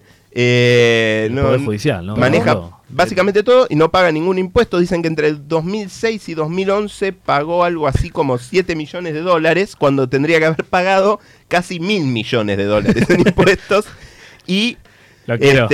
Speaker 3: Eh,
Speaker 4: El Poder Judicial, ¿no?
Speaker 3: Maneja
Speaker 4: Todo.
Speaker 3: básicamente todo y no paga ningún impuesto. Dicen que entre el 2006 y 2011 pagó algo así como 7 millones de dólares, cuando tendría que haber pagado casi mil millones de dólares en impuestos. Y
Speaker 4: Lo
Speaker 3: este,
Speaker 4: quiero, lo quiero, lo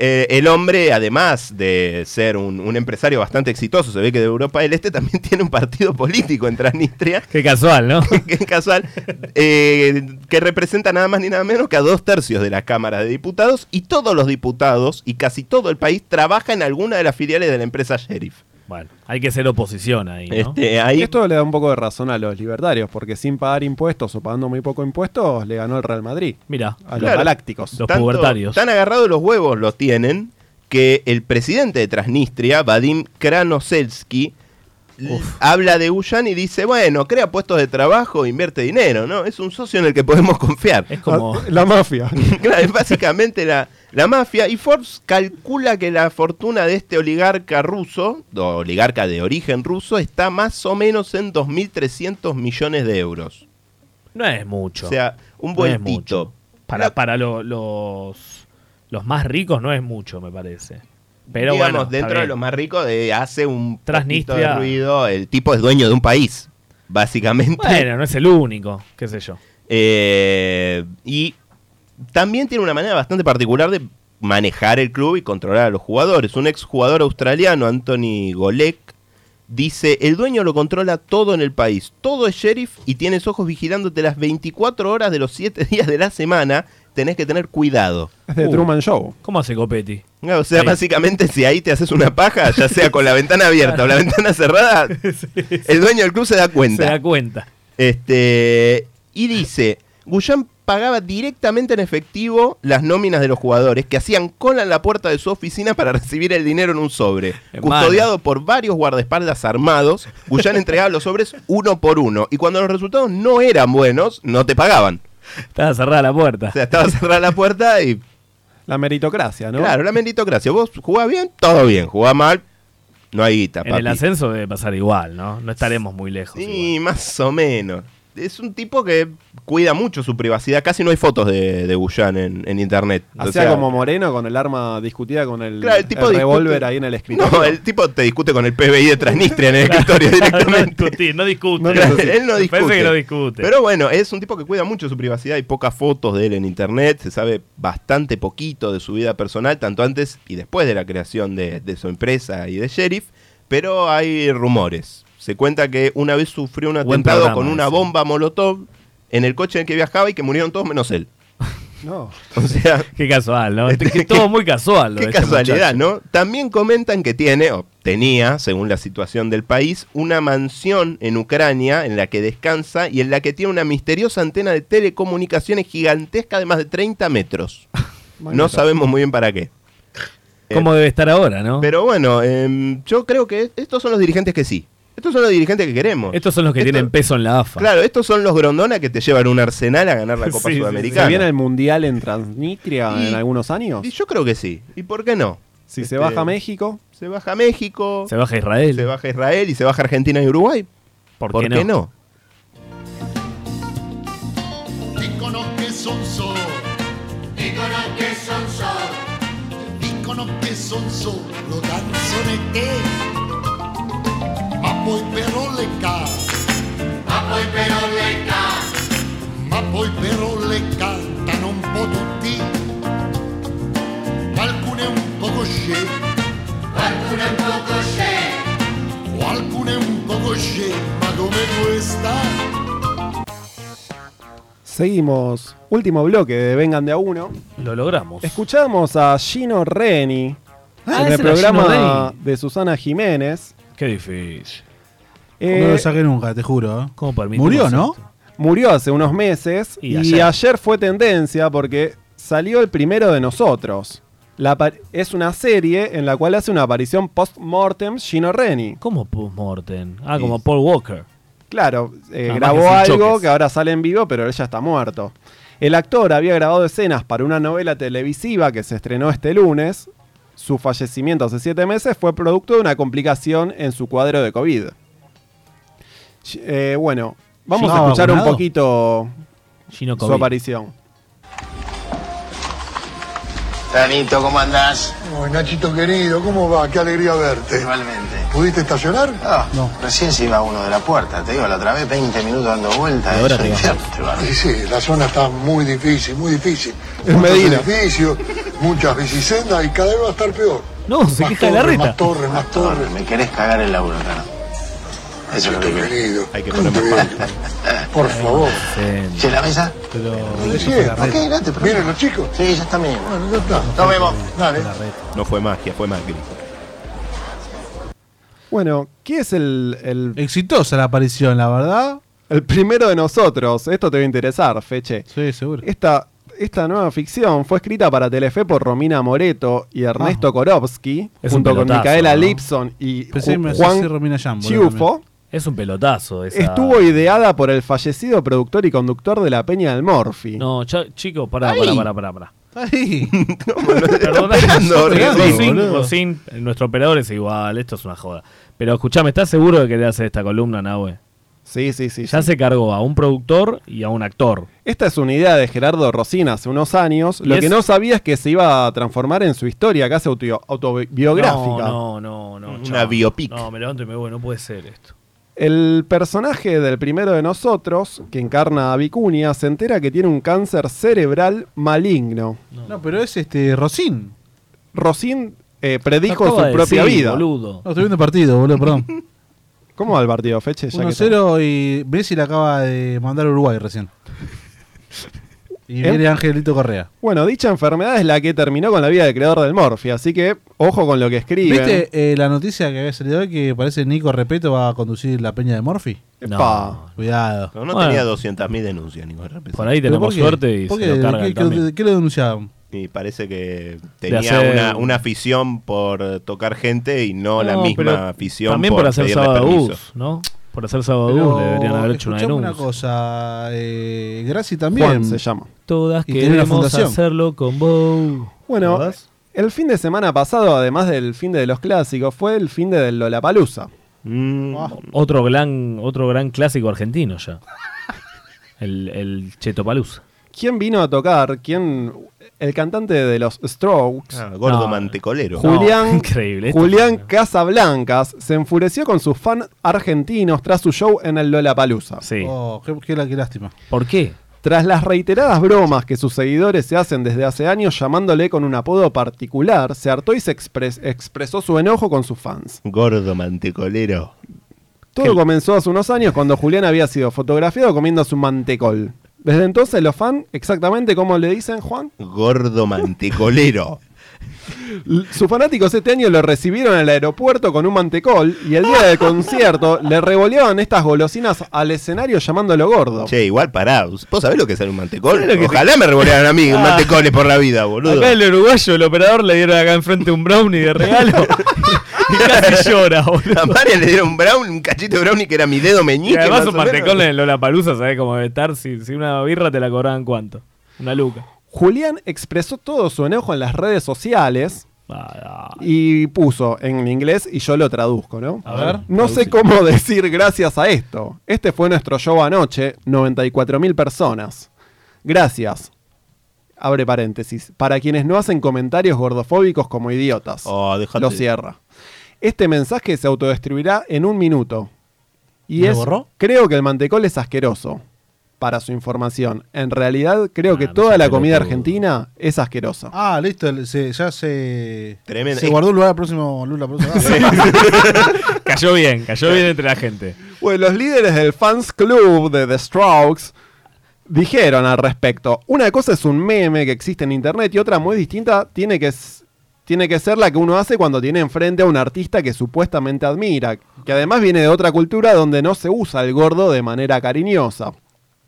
Speaker 3: eh, el hombre, además de ser un, un empresario bastante exitoso, se ve que de Europa del Este también tiene un partido político en Transnistria.
Speaker 4: Qué casual, ¿no?
Speaker 3: Qué casual. eh, que representa nada más ni nada menos que a dos tercios de la Cámara de Diputados y todos los diputados y casi todo el país trabaja en alguna de las filiales de la empresa Sheriff.
Speaker 4: Bueno, hay que ser oposición ahí, ¿no?
Speaker 3: Este,
Speaker 2: Esto le da un poco de razón a los libertarios, porque sin pagar impuestos o pagando muy poco impuestos, le ganó el Real Madrid.
Speaker 4: Mira,
Speaker 2: a los
Speaker 3: Claro.
Speaker 2: galácticos.
Speaker 3: Tanto- Tan agarrados los huevos los tienen que el presidente de Transnistria, Vadim Kranoselsky, l- habla de Uyan y dice, bueno, crea puestos de trabajo, invierte dinero, ¿no? Es un socio en el que podemos confiar. Es
Speaker 4: como-
Speaker 2: Ah, La mafia.
Speaker 3: Claro, es básicamente la, la mafia. Y Forbes calcula que la fortuna de este oligarca ruso, o oligarca de origen ruso, está más o menos en 2.300 millones de euros.
Speaker 4: No es mucho.
Speaker 3: O sea, un
Speaker 4: No es
Speaker 3: vueltito.
Speaker 4: Para, para lo- los, los más ricos no es mucho, me parece. Pero
Speaker 3: Digamos,
Speaker 4: bueno, está
Speaker 3: dentro de
Speaker 4: bien.
Speaker 3: los más ricos eh, hace un poquito de
Speaker 4: Transnistria.
Speaker 3: ruido. El tipo es dueño de un país, básicamente.
Speaker 4: Bueno, no es el único, qué sé yo.
Speaker 3: Eh, y también tiene una manera bastante particular de manejar el club y controlar a los jugadores. Un exjugador australiano, Anthony Golek, dice, el dueño lo controla todo en el país, todo es sheriff y tienes ojos vigilándote las 24 horas de los 7 días de la semana, tenés que tener cuidado.
Speaker 2: Es de
Speaker 3: Uh,
Speaker 2: Truman Show.
Speaker 4: ¿Cómo hace Copetti?
Speaker 3: no, o sea,
Speaker 4: Ahí.
Speaker 3: básicamente si ahí te haces una paja, ya sea con la ventana abierta o la ventana cerrada, el dueño del club se da cuenta.
Speaker 4: Se da cuenta.
Speaker 3: Este, y dice, Guyán pagaba directamente en efectivo las nóminas de los jugadores que hacían cola en la puerta de su oficina para recibir el dinero en un sobre.
Speaker 4: mano.
Speaker 3: Custodiado por varios guardaespaldas armados, Guyán entregaba los sobres uno por uno. Y cuando los resultados no eran buenos, no te pagaban.
Speaker 4: Estaba cerrada la puerta.
Speaker 3: O sea, estaba cerrada la puerta y...
Speaker 2: La meritocracia, ¿no?
Speaker 3: Claro, la meritocracia. Vos jugás bien, todo bien. Jugás mal, no hay guita,
Speaker 4: En el
Speaker 3: papi.
Speaker 4: ascenso debe pasar igual, ¿no? No estaremos muy lejos.
Speaker 3: Sí, más o menos. Es un tipo que cuida mucho su privacidad. Casi no hay fotos de, de Guyán en, en internet. O
Speaker 2: Hacía
Speaker 3: sea,
Speaker 2: como Moreno con el arma discutida con el,
Speaker 3: Claro, el tipo
Speaker 2: el
Speaker 3: discute-
Speaker 2: revólver ahí en el escritorio.
Speaker 3: No, el tipo te discute con el PBI de Transnistria en el escritorio
Speaker 4: No
Speaker 3: directamente.
Speaker 4: discute, no discute.
Speaker 3: Claro, él no
Speaker 4: Me
Speaker 3: discute.
Speaker 4: Parece que no discute.
Speaker 3: Pero bueno, es un tipo que cuida mucho su privacidad. Hay pocas fotos de él en internet. Se sabe bastante poquito de su vida personal, tanto antes y después de la creación de, de su empresa y de Sheriff. Pero hay rumores. Se cuenta que una vez sufrió un
Speaker 4: Buen
Speaker 3: atentado
Speaker 4: programa
Speaker 3: con una
Speaker 4: ese.
Speaker 3: bomba molotov en el coche en el que viajaba y que murieron todos menos él.
Speaker 2: No.
Speaker 3: O sea,
Speaker 4: Qué casual, ¿no? Este, Que todo muy casual. lo
Speaker 3: Qué
Speaker 4: de este
Speaker 3: casualidad,
Speaker 4: muchacho.
Speaker 3: ¿no? También comentan que tiene, o tenía, según la situación del país, una mansión en Ucrania en la que descansa y en la que tiene una misteriosa antena de telecomunicaciones gigantesca de más de 30 metros. no sabemos muy bien para qué. Eh,
Speaker 4: ¿Cómo debe estar ahora, no?
Speaker 3: Pero bueno, em, yo creo que estos son los dirigentes que sí. Estos son los dirigentes que queremos.
Speaker 4: Estos son los que
Speaker 3: Esto-
Speaker 4: tienen peso en la AFA.
Speaker 3: Claro, estos son los grondona que te llevan un arsenal a ganar la Copa
Speaker 2: Sí, sí, sí.
Speaker 3: Sudamericana.
Speaker 2: ¿Se viene el mundial en Transnistria
Speaker 3: Y-
Speaker 2: en algunos años?
Speaker 3: Y yo creo que sí. ¿Y por qué no? Este,
Speaker 2: Si se baja México.
Speaker 3: Se baja México.
Speaker 4: Se baja Israel.
Speaker 3: Se baja Israel y se baja Argentina y Uruguay. ¿Por,
Speaker 4: qué
Speaker 3: qué,
Speaker 4: no?
Speaker 3: no?
Speaker 22: Dicono che son so, dicono che son so, dicono che son solo canzonette, ma poi però le cantano, ma poi però le cantano, ma poi però le cantano un po' tutti, alcune un poco sceme, alcune un poco sceme, o alcune un poco sceme, ma come questa.
Speaker 2: Seguimos. Último bloque de Vengan de a uno.
Speaker 4: Lo logramos.
Speaker 2: Escuchamos a Gino Reni
Speaker 4: Ah,
Speaker 2: en
Speaker 4: ese
Speaker 2: el
Speaker 4: era Gino
Speaker 2: programa de Susana Jiménez.
Speaker 4: Qué difícil.
Speaker 2: Eh,
Speaker 1: no lo saqué nunca, te juro. ¿eh?
Speaker 4: ¿Cómo permitimos
Speaker 1: Murió, ¿no?
Speaker 2: Murió hace unos meses
Speaker 1: Y
Speaker 2: y,
Speaker 1: ayer.
Speaker 2: ayer. fue tendencia porque salió el primero de nosotros. La apa- es una serie en la cual hace una aparición post-mortem Gino Reni.
Speaker 4: ¿Cómo post-mortem? Ah, como Paul Walker.
Speaker 2: Claro, eh,
Speaker 4: Nada más que
Speaker 2: grabó
Speaker 4: sin
Speaker 2: algo
Speaker 4: choques.
Speaker 2: que ahora sale en vivo, pero él ya está muerto. El actor había grabado escenas para una novela televisiva que se estrenó este lunes. Su fallecimiento hace siete meses fue producto de una complicación en su cuadro de COVID. Eh, bueno, vamos a
Speaker 4: ¿Estaba
Speaker 2: escuchar un
Speaker 4: vacunado?
Speaker 2: poquito
Speaker 4: Gino
Speaker 2: su
Speaker 4: Covid.
Speaker 2: aparición.
Speaker 13: Danito, ¿cómo andás?
Speaker 22: Oh, Nachito querido, ¿cómo va? Qué alegría verte.
Speaker 13: Igualmente.
Speaker 22: ¿Pudiste estacionar?
Speaker 13: Ah, Recién se iba uno de la puerta, te digo, la otra vez 20 minutos dando vueltas.
Speaker 22: Y ahora
Speaker 13: eso
Speaker 22: te vas.
Speaker 13: infierno, bárbaro.
Speaker 22: Sí, sí, la zona está muy difícil, muy difícil.
Speaker 13: En
Speaker 22: Muchos
Speaker 13: Medina.
Speaker 22: edificios, muchas bicisendas y cada vez va a estar peor.
Speaker 4: No, se
Speaker 22: más
Speaker 4: queja de la
Speaker 22: torres,
Speaker 4: reta.
Speaker 22: Más torres, más torres.
Speaker 13: Me querés cagar el laburo, Tano. Eso es lo que querido.
Speaker 3: Hay que
Speaker 13: ponerme
Speaker 22: espalda. Por favor.
Speaker 13: ¿Che, la mesa?
Speaker 22: Pero.
Speaker 13: Sí, ok, no te preocupes.
Speaker 22: Miren los chicos.
Speaker 13: Sí, ya está bien.
Speaker 22: Bueno, ya está.
Speaker 13: Nos vemos.
Speaker 22: Dale.
Speaker 3: No fue magia, fue Macri.
Speaker 2: Bueno, ¿qué es el, el-
Speaker 1: Exitosa la aparición, la verdad.
Speaker 2: el primero de nosotros? Esto te va a interesar, Feche.
Speaker 1: Sí, seguro.
Speaker 2: Esta, esta nueva ficción fue escrita para Telefe por Romina Moreto y Ernesto
Speaker 1: Ah.
Speaker 2: Korowski,
Speaker 4: Es un
Speaker 2: junto con
Speaker 4: pelotazo,
Speaker 2: Micaela
Speaker 4: ¿no?
Speaker 2: Lipson y
Speaker 1: Pensé que me
Speaker 2: Ju-
Speaker 1: ibas a decir Romina
Speaker 2: Juan
Speaker 1: Jambo,
Speaker 2: Chiufo.
Speaker 4: Es un pelotazo. Esa...
Speaker 2: Estuvo ideada por el fallecido productor y conductor de La Peña del Morfi.
Speaker 4: No, cha- chico, pará,
Speaker 2: Ahí.
Speaker 4: pará, pará, pará. pará.
Speaker 1: Ahí.
Speaker 4: Perdona,
Speaker 1: pegando,
Speaker 4: Rocín,
Speaker 1: Rocín,
Speaker 4: Rocín,
Speaker 1: boludo.
Speaker 4: Rocín, nuestro operador es igual, esto es una joda. Pero escuchame, ¿estás seguro de que querés hacer esta columna, Nahue?
Speaker 2: Sí, sí, sí.
Speaker 4: Ya se cargó a un productor y a un actor.
Speaker 2: Esta es una idea de Gerardo Rosina hace unos años.
Speaker 4: Y
Speaker 2: Lo que
Speaker 4: es-
Speaker 2: no sabía es que se iba a transformar en su historia, casi autobi- autobiográfica.
Speaker 4: No, no, no, no.
Speaker 2: Una
Speaker 4: chabón.
Speaker 2: biopic.
Speaker 4: No, me levanto y me voy, no puede ser esto.
Speaker 2: El personaje del primero de nosotros, que encarna a Vicuña, se entera que tiene un cáncer cerebral maligno.
Speaker 1: No, pero es este Rosín.
Speaker 2: Rocín eh, predijo su propia vida.
Speaker 1: No, estoy viendo el partido, boludo, perdón.
Speaker 2: ¿Cómo va el partido, Feche? Ya que
Speaker 1: 1-0 y Messi la acaba de mandar a Uruguay recién. Y
Speaker 2: ¿Eh?
Speaker 1: viene Angelito Correa.
Speaker 2: Bueno, dicha enfermedad es la que terminó con la vida del creador del Morphy, así que ojo con lo que escribe.
Speaker 1: ¿Viste eh, la noticia que había salido hoy que parece Nico Repeto va a conducir la peña de Morphy?
Speaker 3: Epa.
Speaker 1: Cuidado.
Speaker 3: No, no tenía 200.000 denuncias, Nico Repeto.
Speaker 4: Por ahí
Speaker 1: ¿Pero
Speaker 4: tenemos
Speaker 1: por qué?
Speaker 4: suerte y
Speaker 1: ¿Por
Speaker 4: se
Speaker 1: qué?
Speaker 4: lo cargan
Speaker 1: ¿Qué- qué-
Speaker 4: también.
Speaker 1: ¿Qué, lo denunciaban?
Speaker 3: Y parece que tenía
Speaker 4: hacer-
Speaker 3: una, una afición por eh, tocar gente y no, la
Speaker 4: No, pero
Speaker 3: misma afición
Speaker 4: También por, hacer
Speaker 3: pedirle
Speaker 4: sábado
Speaker 3: permiso.
Speaker 4: bus, ¿no? Por hacer sábado
Speaker 1: Pero,
Speaker 4: bus le deberían haber hecho una
Speaker 1: escuchame
Speaker 4: denuncia.
Speaker 1: una cosa, eh, Graci también.
Speaker 2: Juan se llama.
Speaker 4: Todas
Speaker 1: Y tiene una
Speaker 4: queremos
Speaker 1: fundación.
Speaker 4: hacerlo con vos.
Speaker 2: Bueno, el fin de semana pasado, además del fin de los clásicos, fue el fin de del Lollapalooza.
Speaker 4: Otro gran, otro gran clásico argentino ya. El, el Cheto Paluz.
Speaker 2: ¿Quién vino a tocar? ¿Quién? El cantante de los Strokes.
Speaker 3: Ah, gordo No. mantecolero.
Speaker 2: Julián,
Speaker 3: No, increíble, esto
Speaker 2: Julián Casablancas se enfureció con sus fans argentinos tras su show en el Lollapalooza.
Speaker 4: Sí.
Speaker 1: Oh, qué, qué la- qué lástima.
Speaker 4: ¿Por qué?
Speaker 2: Tras las reiteradas bromas que sus seguidores se hacen desde hace años llamándole con un apodo particular, se hartó y se expres- expresó su enojo con sus fans.
Speaker 3: Gordo mantecolero.
Speaker 2: Todo comenzó hace unos años cuando Julián había sido fotografiado comiendo su mantecol. Desde entonces los fans, exactamente como le dicen Juan,
Speaker 3: Gordo mantecolero.
Speaker 2: L- sus fanáticos este año lo recibieron en el aeropuerto con un mantecol y el día del concierto le revoleaban estas golosinas al escenario llamándolo gordo.
Speaker 3: che, igual pará. ¿Vos sabés lo que es ser un mantecol?
Speaker 2: ¿Sabés lo que
Speaker 3: Ojalá
Speaker 2: te-
Speaker 3: me revolearan a mí
Speaker 4: Ah.
Speaker 3: mantecoles por la vida, boludo.
Speaker 4: Acá el uruguayo, el operador, le dieron acá enfrente un brownie de regalo. y casi llora, boludo.
Speaker 3: A María le dieron un brown, un cachito de brownie que era mi dedo meñique.
Speaker 4: Y además un
Speaker 3: más o menos.
Speaker 4: mantecón en Lola Palusa, ¿sabes cómo debe estar? Si, si una birra te la cobraban cuánto. Una luca.
Speaker 2: Julián expresó todo su enojo en las redes sociales
Speaker 4: Ah,
Speaker 2: y puso en inglés y yo lo traduzco, ¿no?
Speaker 4: A ver.
Speaker 2: No sé cómo decir gracias a esto. Este fue nuestro show anoche, 94.000 personas. Gracias. Abre paréntesis. Para quienes no hacen comentarios gordofóbicos como idiotas.
Speaker 1: Ah,
Speaker 2: Lo cierra. Este mensaje se autodestruirá en un minuto. Y
Speaker 1: ¿Lo
Speaker 2: es,
Speaker 1: borró?
Speaker 2: creo que el mantecol es asqueroso. Para su información, en realidad creo que toda la comida argentina es asquerosa.
Speaker 1: Ah, listo, el- se- ya se.
Speaker 2: Tremendo.
Speaker 1: Se
Speaker 2: Eh.
Speaker 1: guardó el lugar al próximo Lula. próxima-
Speaker 4: Cayó bien, cayó bien entre la gente.
Speaker 2: Bueno, los líderes del Fans Club de The Strokes dijeron al respecto, una cosa es un meme que existe en internet y otra muy distinta tiene que, s- tiene que ser la que uno hace cuando tiene enfrente a un artista que supuestamente admira, que además viene de otra cultura donde no se usa el gordo de manera cariñosa.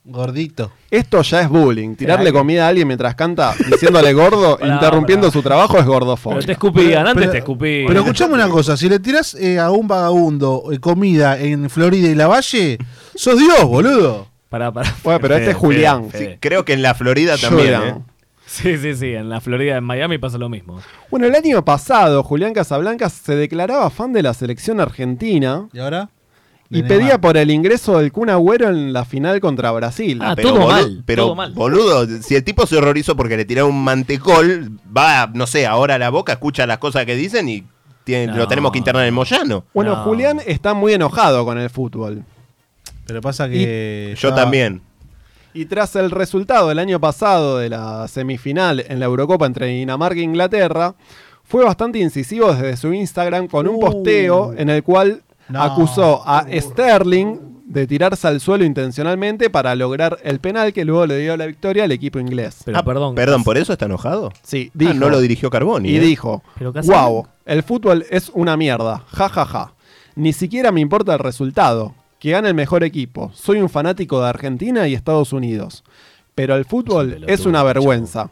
Speaker 1: Gordito.
Speaker 2: Esto ya es bullying, tirarle
Speaker 1: que-
Speaker 2: comida a alguien mientras canta diciéndole gordo,
Speaker 1: Pará,
Speaker 2: interrumpiendo su trabajo es gordofobia.
Speaker 4: Pero te escupían, antes
Speaker 1: Pero-
Speaker 4: te escupían.
Speaker 1: Pero escuchame una cosa: si le tirás eh, a un vagabundo eh, comida en Florida y la Valle, sos Dios, boludo.
Speaker 4: Pará, pará.
Speaker 2: Bueno, pero este es Julián.
Speaker 3: Sí, creo que en la Florida también.
Speaker 2: Lloran.
Speaker 3: ¿eh?
Speaker 4: Sí, sí, sí. En la Florida, en Miami pasa lo mismo.
Speaker 2: Bueno, el año pasado Julián Casablancas se declaraba fan de la selección argentina
Speaker 1: ¿Y ahora?
Speaker 2: y pedía por el ingreso del Kun Agüero en la final contra Brasil.
Speaker 3: Ah, pero bolu- Pero, boludo, si el tipo se horrorizó porque le tiraron un mantecol, va, Ah, no sé, ahora a la boca, escucha las cosas que dicen y tiene- lo tenemos que internar en Moyano.
Speaker 2: Bueno, Julián está muy enojado con el fútbol.
Speaker 1: Pero pasa que.
Speaker 3: Yo
Speaker 2: está-
Speaker 3: también.
Speaker 2: Y tras el resultado del año pasado de la semifinal en la Eurocopa entre Dinamarca e Inglaterra, fue bastante incisivo desde su Instagram con un posteo en el cual acusó a Sterling de tirarse al suelo intencionalmente para lograr el penal que luego le dio la victoria al equipo inglés.
Speaker 4: Pero perdón.
Speaker 3: Ah, Perdón, ¿por eso está enojado?
Speaker 2: Sí,
Speaker 3: Ah,
Speaker 2: dijo-
Speaker 3: no lo dirigió Carboni.
Speaker 2: Y
Speaker 3: ¿eh?
Speaker 2: dijo, wow, el fútbol es una mierda, ja ja ja. Ni siquiera me importa el resultado, que gane el mejor equipo. Soy un fanático de Argentina y Estados Unidos. Pero el fútbol es, una vergüenza.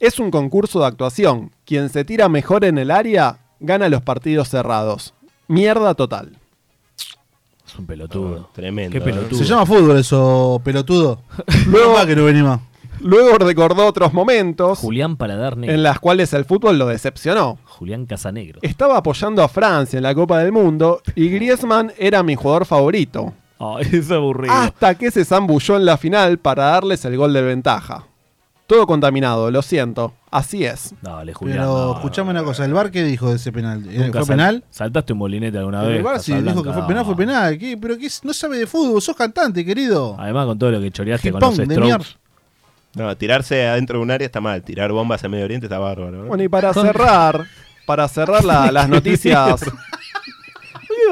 Speaker 2: Es un concurso de actuación. Quien se tira mejor en el área, gana los partidos cerrados. Mierda total.
Speaker 4: Es un pelotudo. ¿eh?
Speaker 3: Tremendo.
Speaker 4: Ah. Qué pelotudo.
Speaker 1: Se llama fútbol eso, pelotudo.
Speaker 2: Luego-
Speaker 1: Luego que no venimos.
Speaker 2: Luego recordó otros momentos
Speaker 4: Julián Paladar Negro.
Speaker 2: en las cuales el fútbol lo decepcionó.
Speaker 4: Julián Casanegro.
Speaker 2: Estaba apoyando a Francia en la Copa del Mundo y Griezmann era mi jugador favorito.
Speaker 4: Ay, es aburrido.
Speaker 2: Hasta que se zambulló en la final para darles el gol de ventaja. Todo contaminado, lo siento. Así es.
Speaker 4: Dale, Julián.
Speaker 1: Pero escuchame una cosa, ¿el bar qué dijo de ese penal? Eh,
Speaker 4: Nunca
Speaker 1: ¿Fue
Speaker 4: sal-
Speaker 1: penal?
Speaker 4: ¿Saltaste un molinete alguna
Speaker 1: Pero
Speaker 4: vez?
Speaker 1: el bar sí
Speaker 4: Casablanca?
Speaker 1: dijo que fue penal, fue penal. ¿Qué? ¿Pero qué? es? No sabe de fútbol, sos cantante, querido.
Speaker 4: Además, con todo lo que choreaste con los
Speaker 1: Pong, de mierda.
Speaker 4: strokes.
Speaker 3: No, tirarse adentro de un área está mal. Tirar bombas a Medio Oriente está bárbaro. ¿no?
Speaker 2: Bueno, y para cerrar, para cerrar la- las noticias.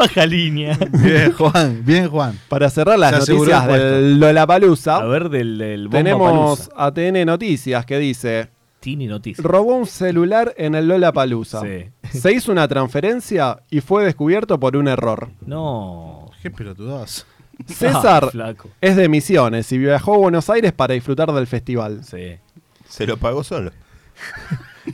Speaker 4: baja línea.
Speaker 1: Bien, Juan, bien, Juan.
Speaker 2: Para cerrar las
Speaker 1: Se aseguró
Speaker 2: noticias
Speaker 1: el puesto.
Speaker 2: del Lollapalooza. A
Speaker 4: ver, del, del
Speaker 2: Tenemos ATN Noticias que dice.
Speaker 4: Tini Noticias.
Speaker 2: Robó un celular en el Lollapalooza. Se hizo una transferencia y fue descubierto por un error.
Speaker 4: No.
Speaker 1: Qué pelotudazo.
Speaker 2: César
Speaker 1: Ah, flaco.
Speaker 2: es de Misiones y viajó a Buenos Aires para disfrutar del festival.
Speaker 3: Se lo pagó solo.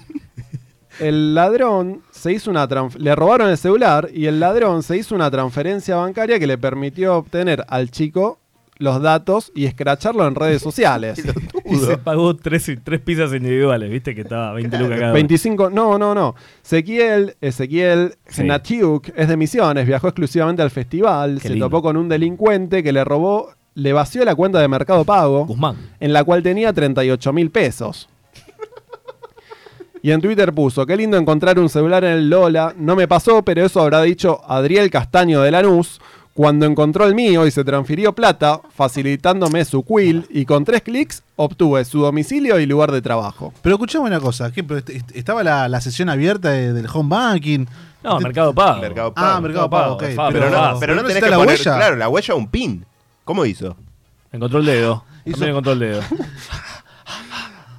Speaker 2: El ladrón se hizo una transf- le robaron el celular y el ladrón se hizo una transferencia bancaria que le permitió obtener al chico los datos y escracharlo en redes sociales.
Speaker 4: Y se pagó tres, tres pizzas individuales, viste que estaba 20 lucas cada uno.
Speaker 2: 25, no, no, no. Ezequiel, Ezequiel Genatiuk es de Misiones, viajó exclusivamente al festival,
Speaker 4: Qué
Speaker 2: se
Speaker 4: lindo.
Speaker 2: topó con un delincuente que le robó, le vació la cuenta de Mercado Pago, en la cual tenía 38 mil pesos. Y en Twitter puso, qué lindo encontrar un celular en el Lola, no me pasó, pero eso habrá dicho Adriel Castaño de Lanús, cuando encontró el mío y se transfirió plata, facilitándome su quill, y con tres clics obtuve su domicilio y lugar de trabajo.
Speaker 1: Pero escuchame una cosa, ¿qué? Pero est- est- ¿estaba la, la sesión abierta de- del home banking?
Speaker 4: No,
Speaker 1: Te-
Speaker 4: Mercado Pago.
Speaker 3: Mercado Pago.
Speaker 1: Ah, Mercado Pago, ok.
Speaker 3: Pero, no, pero no tenés
Speaker 1: necesita
Speaker 3: que
Speaker 1: la
Speaker 3: poner,
Speaker 1: huella.
Speaker 3: Claro, la huella o un pin. ¿Cómo hizo?
Speaker 4: Encontró el dedo.
Speaker 3: Hizo-
Speaker 4: También encontró el dedo.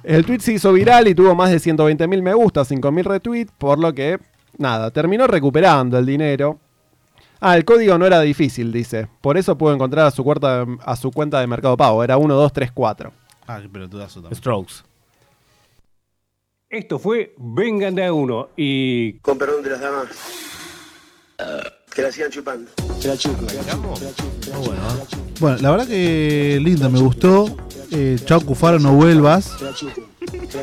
Speaker 2: El tweet se hizo viral y tuvo más de 120.000 me gusta, 5.000 retweets, por lo que, nada, terminó recuperando el dinero. Ah, el código no era difícil, dice. Por eso pudo encontrar a su, cuarta- a su cuenta de Mercado Pago. Era 1234.
Speaker 1: Ah, qué pelotudazo también.
Speaker 4: Strokes.
Speaker 7: Esto fue Vengan de a uno y.
Speaker 20: Con perdón de las damas. Que la sigan chupando. Que la chupen. Que la chupen. Que la chupen. que la chupen.
Speaker 1: Bueno, la verdad que linda, me gustó. Eh, chao Cufaro, no vuelvas.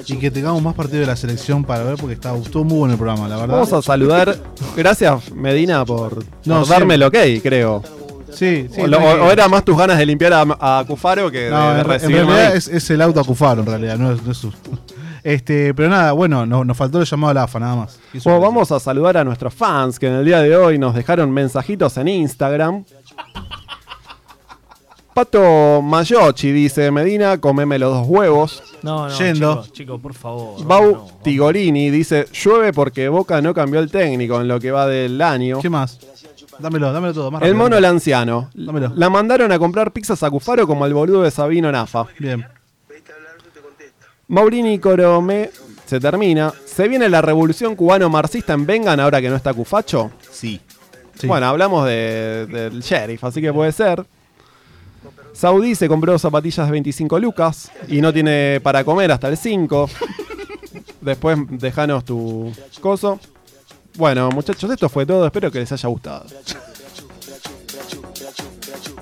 Speaker 1: Y que tengamos más partidos de la selección para ver porque está, estuvo muy bueno el programa, la verdad.
Speaker 2: Vamos a saludar. Gracias, Medina, por,
Speaker 1: No,
Speaker 2: por darme
Speaker 1: siempre.
Speaker 2: el ok, creo.
Speaker 1: Sí, sí,
Speaker 2: O, lo-
Speaker 1: tranquilo.
Speaker 2: o era más tus ganas de limpiar a, a Cufaro que de-
Speaker 1: No,
Speaker 2: de,
Speaker 1: en, re- en
Speaker 2: recibirme a
Speaker 1: realidad
Speaker 2: mí.
Speaker 1: es, es el auto a Cufaro, en realidad, no es, no es susto. Este, pero nada, bueno, no- nos faltó el llamado a la AFA, nada más.
Speaker 2: Bueno, vamos a saludar a nuestros fans que en el día de hoy nos dejaron mensajitos en Instagram. Pato Mayochi dice, Medina, comeme los dos huevos.
Speaker 4: No, no,
Speaker 2: Yendo.
Speaker 4: chicos, chicos, por favor.
Speaker 2: Bau Tigorini dice, llueve porque Boca no cambió el técnico en lo que va del año.
Speaker 1: ¿Qué más? Dámelo, dámelo todo, más
Speaker 2: El
Speaker 1: rápido.
Speaker 2: mono el anciano.
Speaker 1: Dámelo.
Speaker 2: La mandaron a comprar pizzas a Cufaro como al boludo de Sabino Nafa.
Speaker 1: Bien.
Speaker 2: Maurini Corome se termina. ¿Se viene la revolución cubano-marxista en Vengan ahora que no está Cufacho?
Speaker 3: Sí.
Speaker 2: Bueno, hablamos de- del sheriff, así que puede ser. Saudí se compró zapatillas de 25 lucas y no tiene para comer hasta el 5. Después dejanos tu coso. Bueno, muchachos, esto fue todo. Espero que les haya gustado.
Speaker 20: Que la chupen. Que la chupen. Que la chupen. Que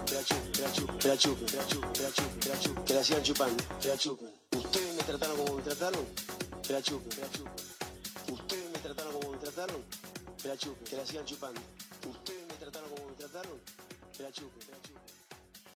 Speaker 20: la sigan chupando. Que la chupen. Ustedes me trataron como me trataron. Que la chupen. Que la chupen. Ustedes me trataron como me trataron. Que la chupen. Que la sigan chupando. Ustedes me trataron como me trataron. Que la chupen. Que la chupen.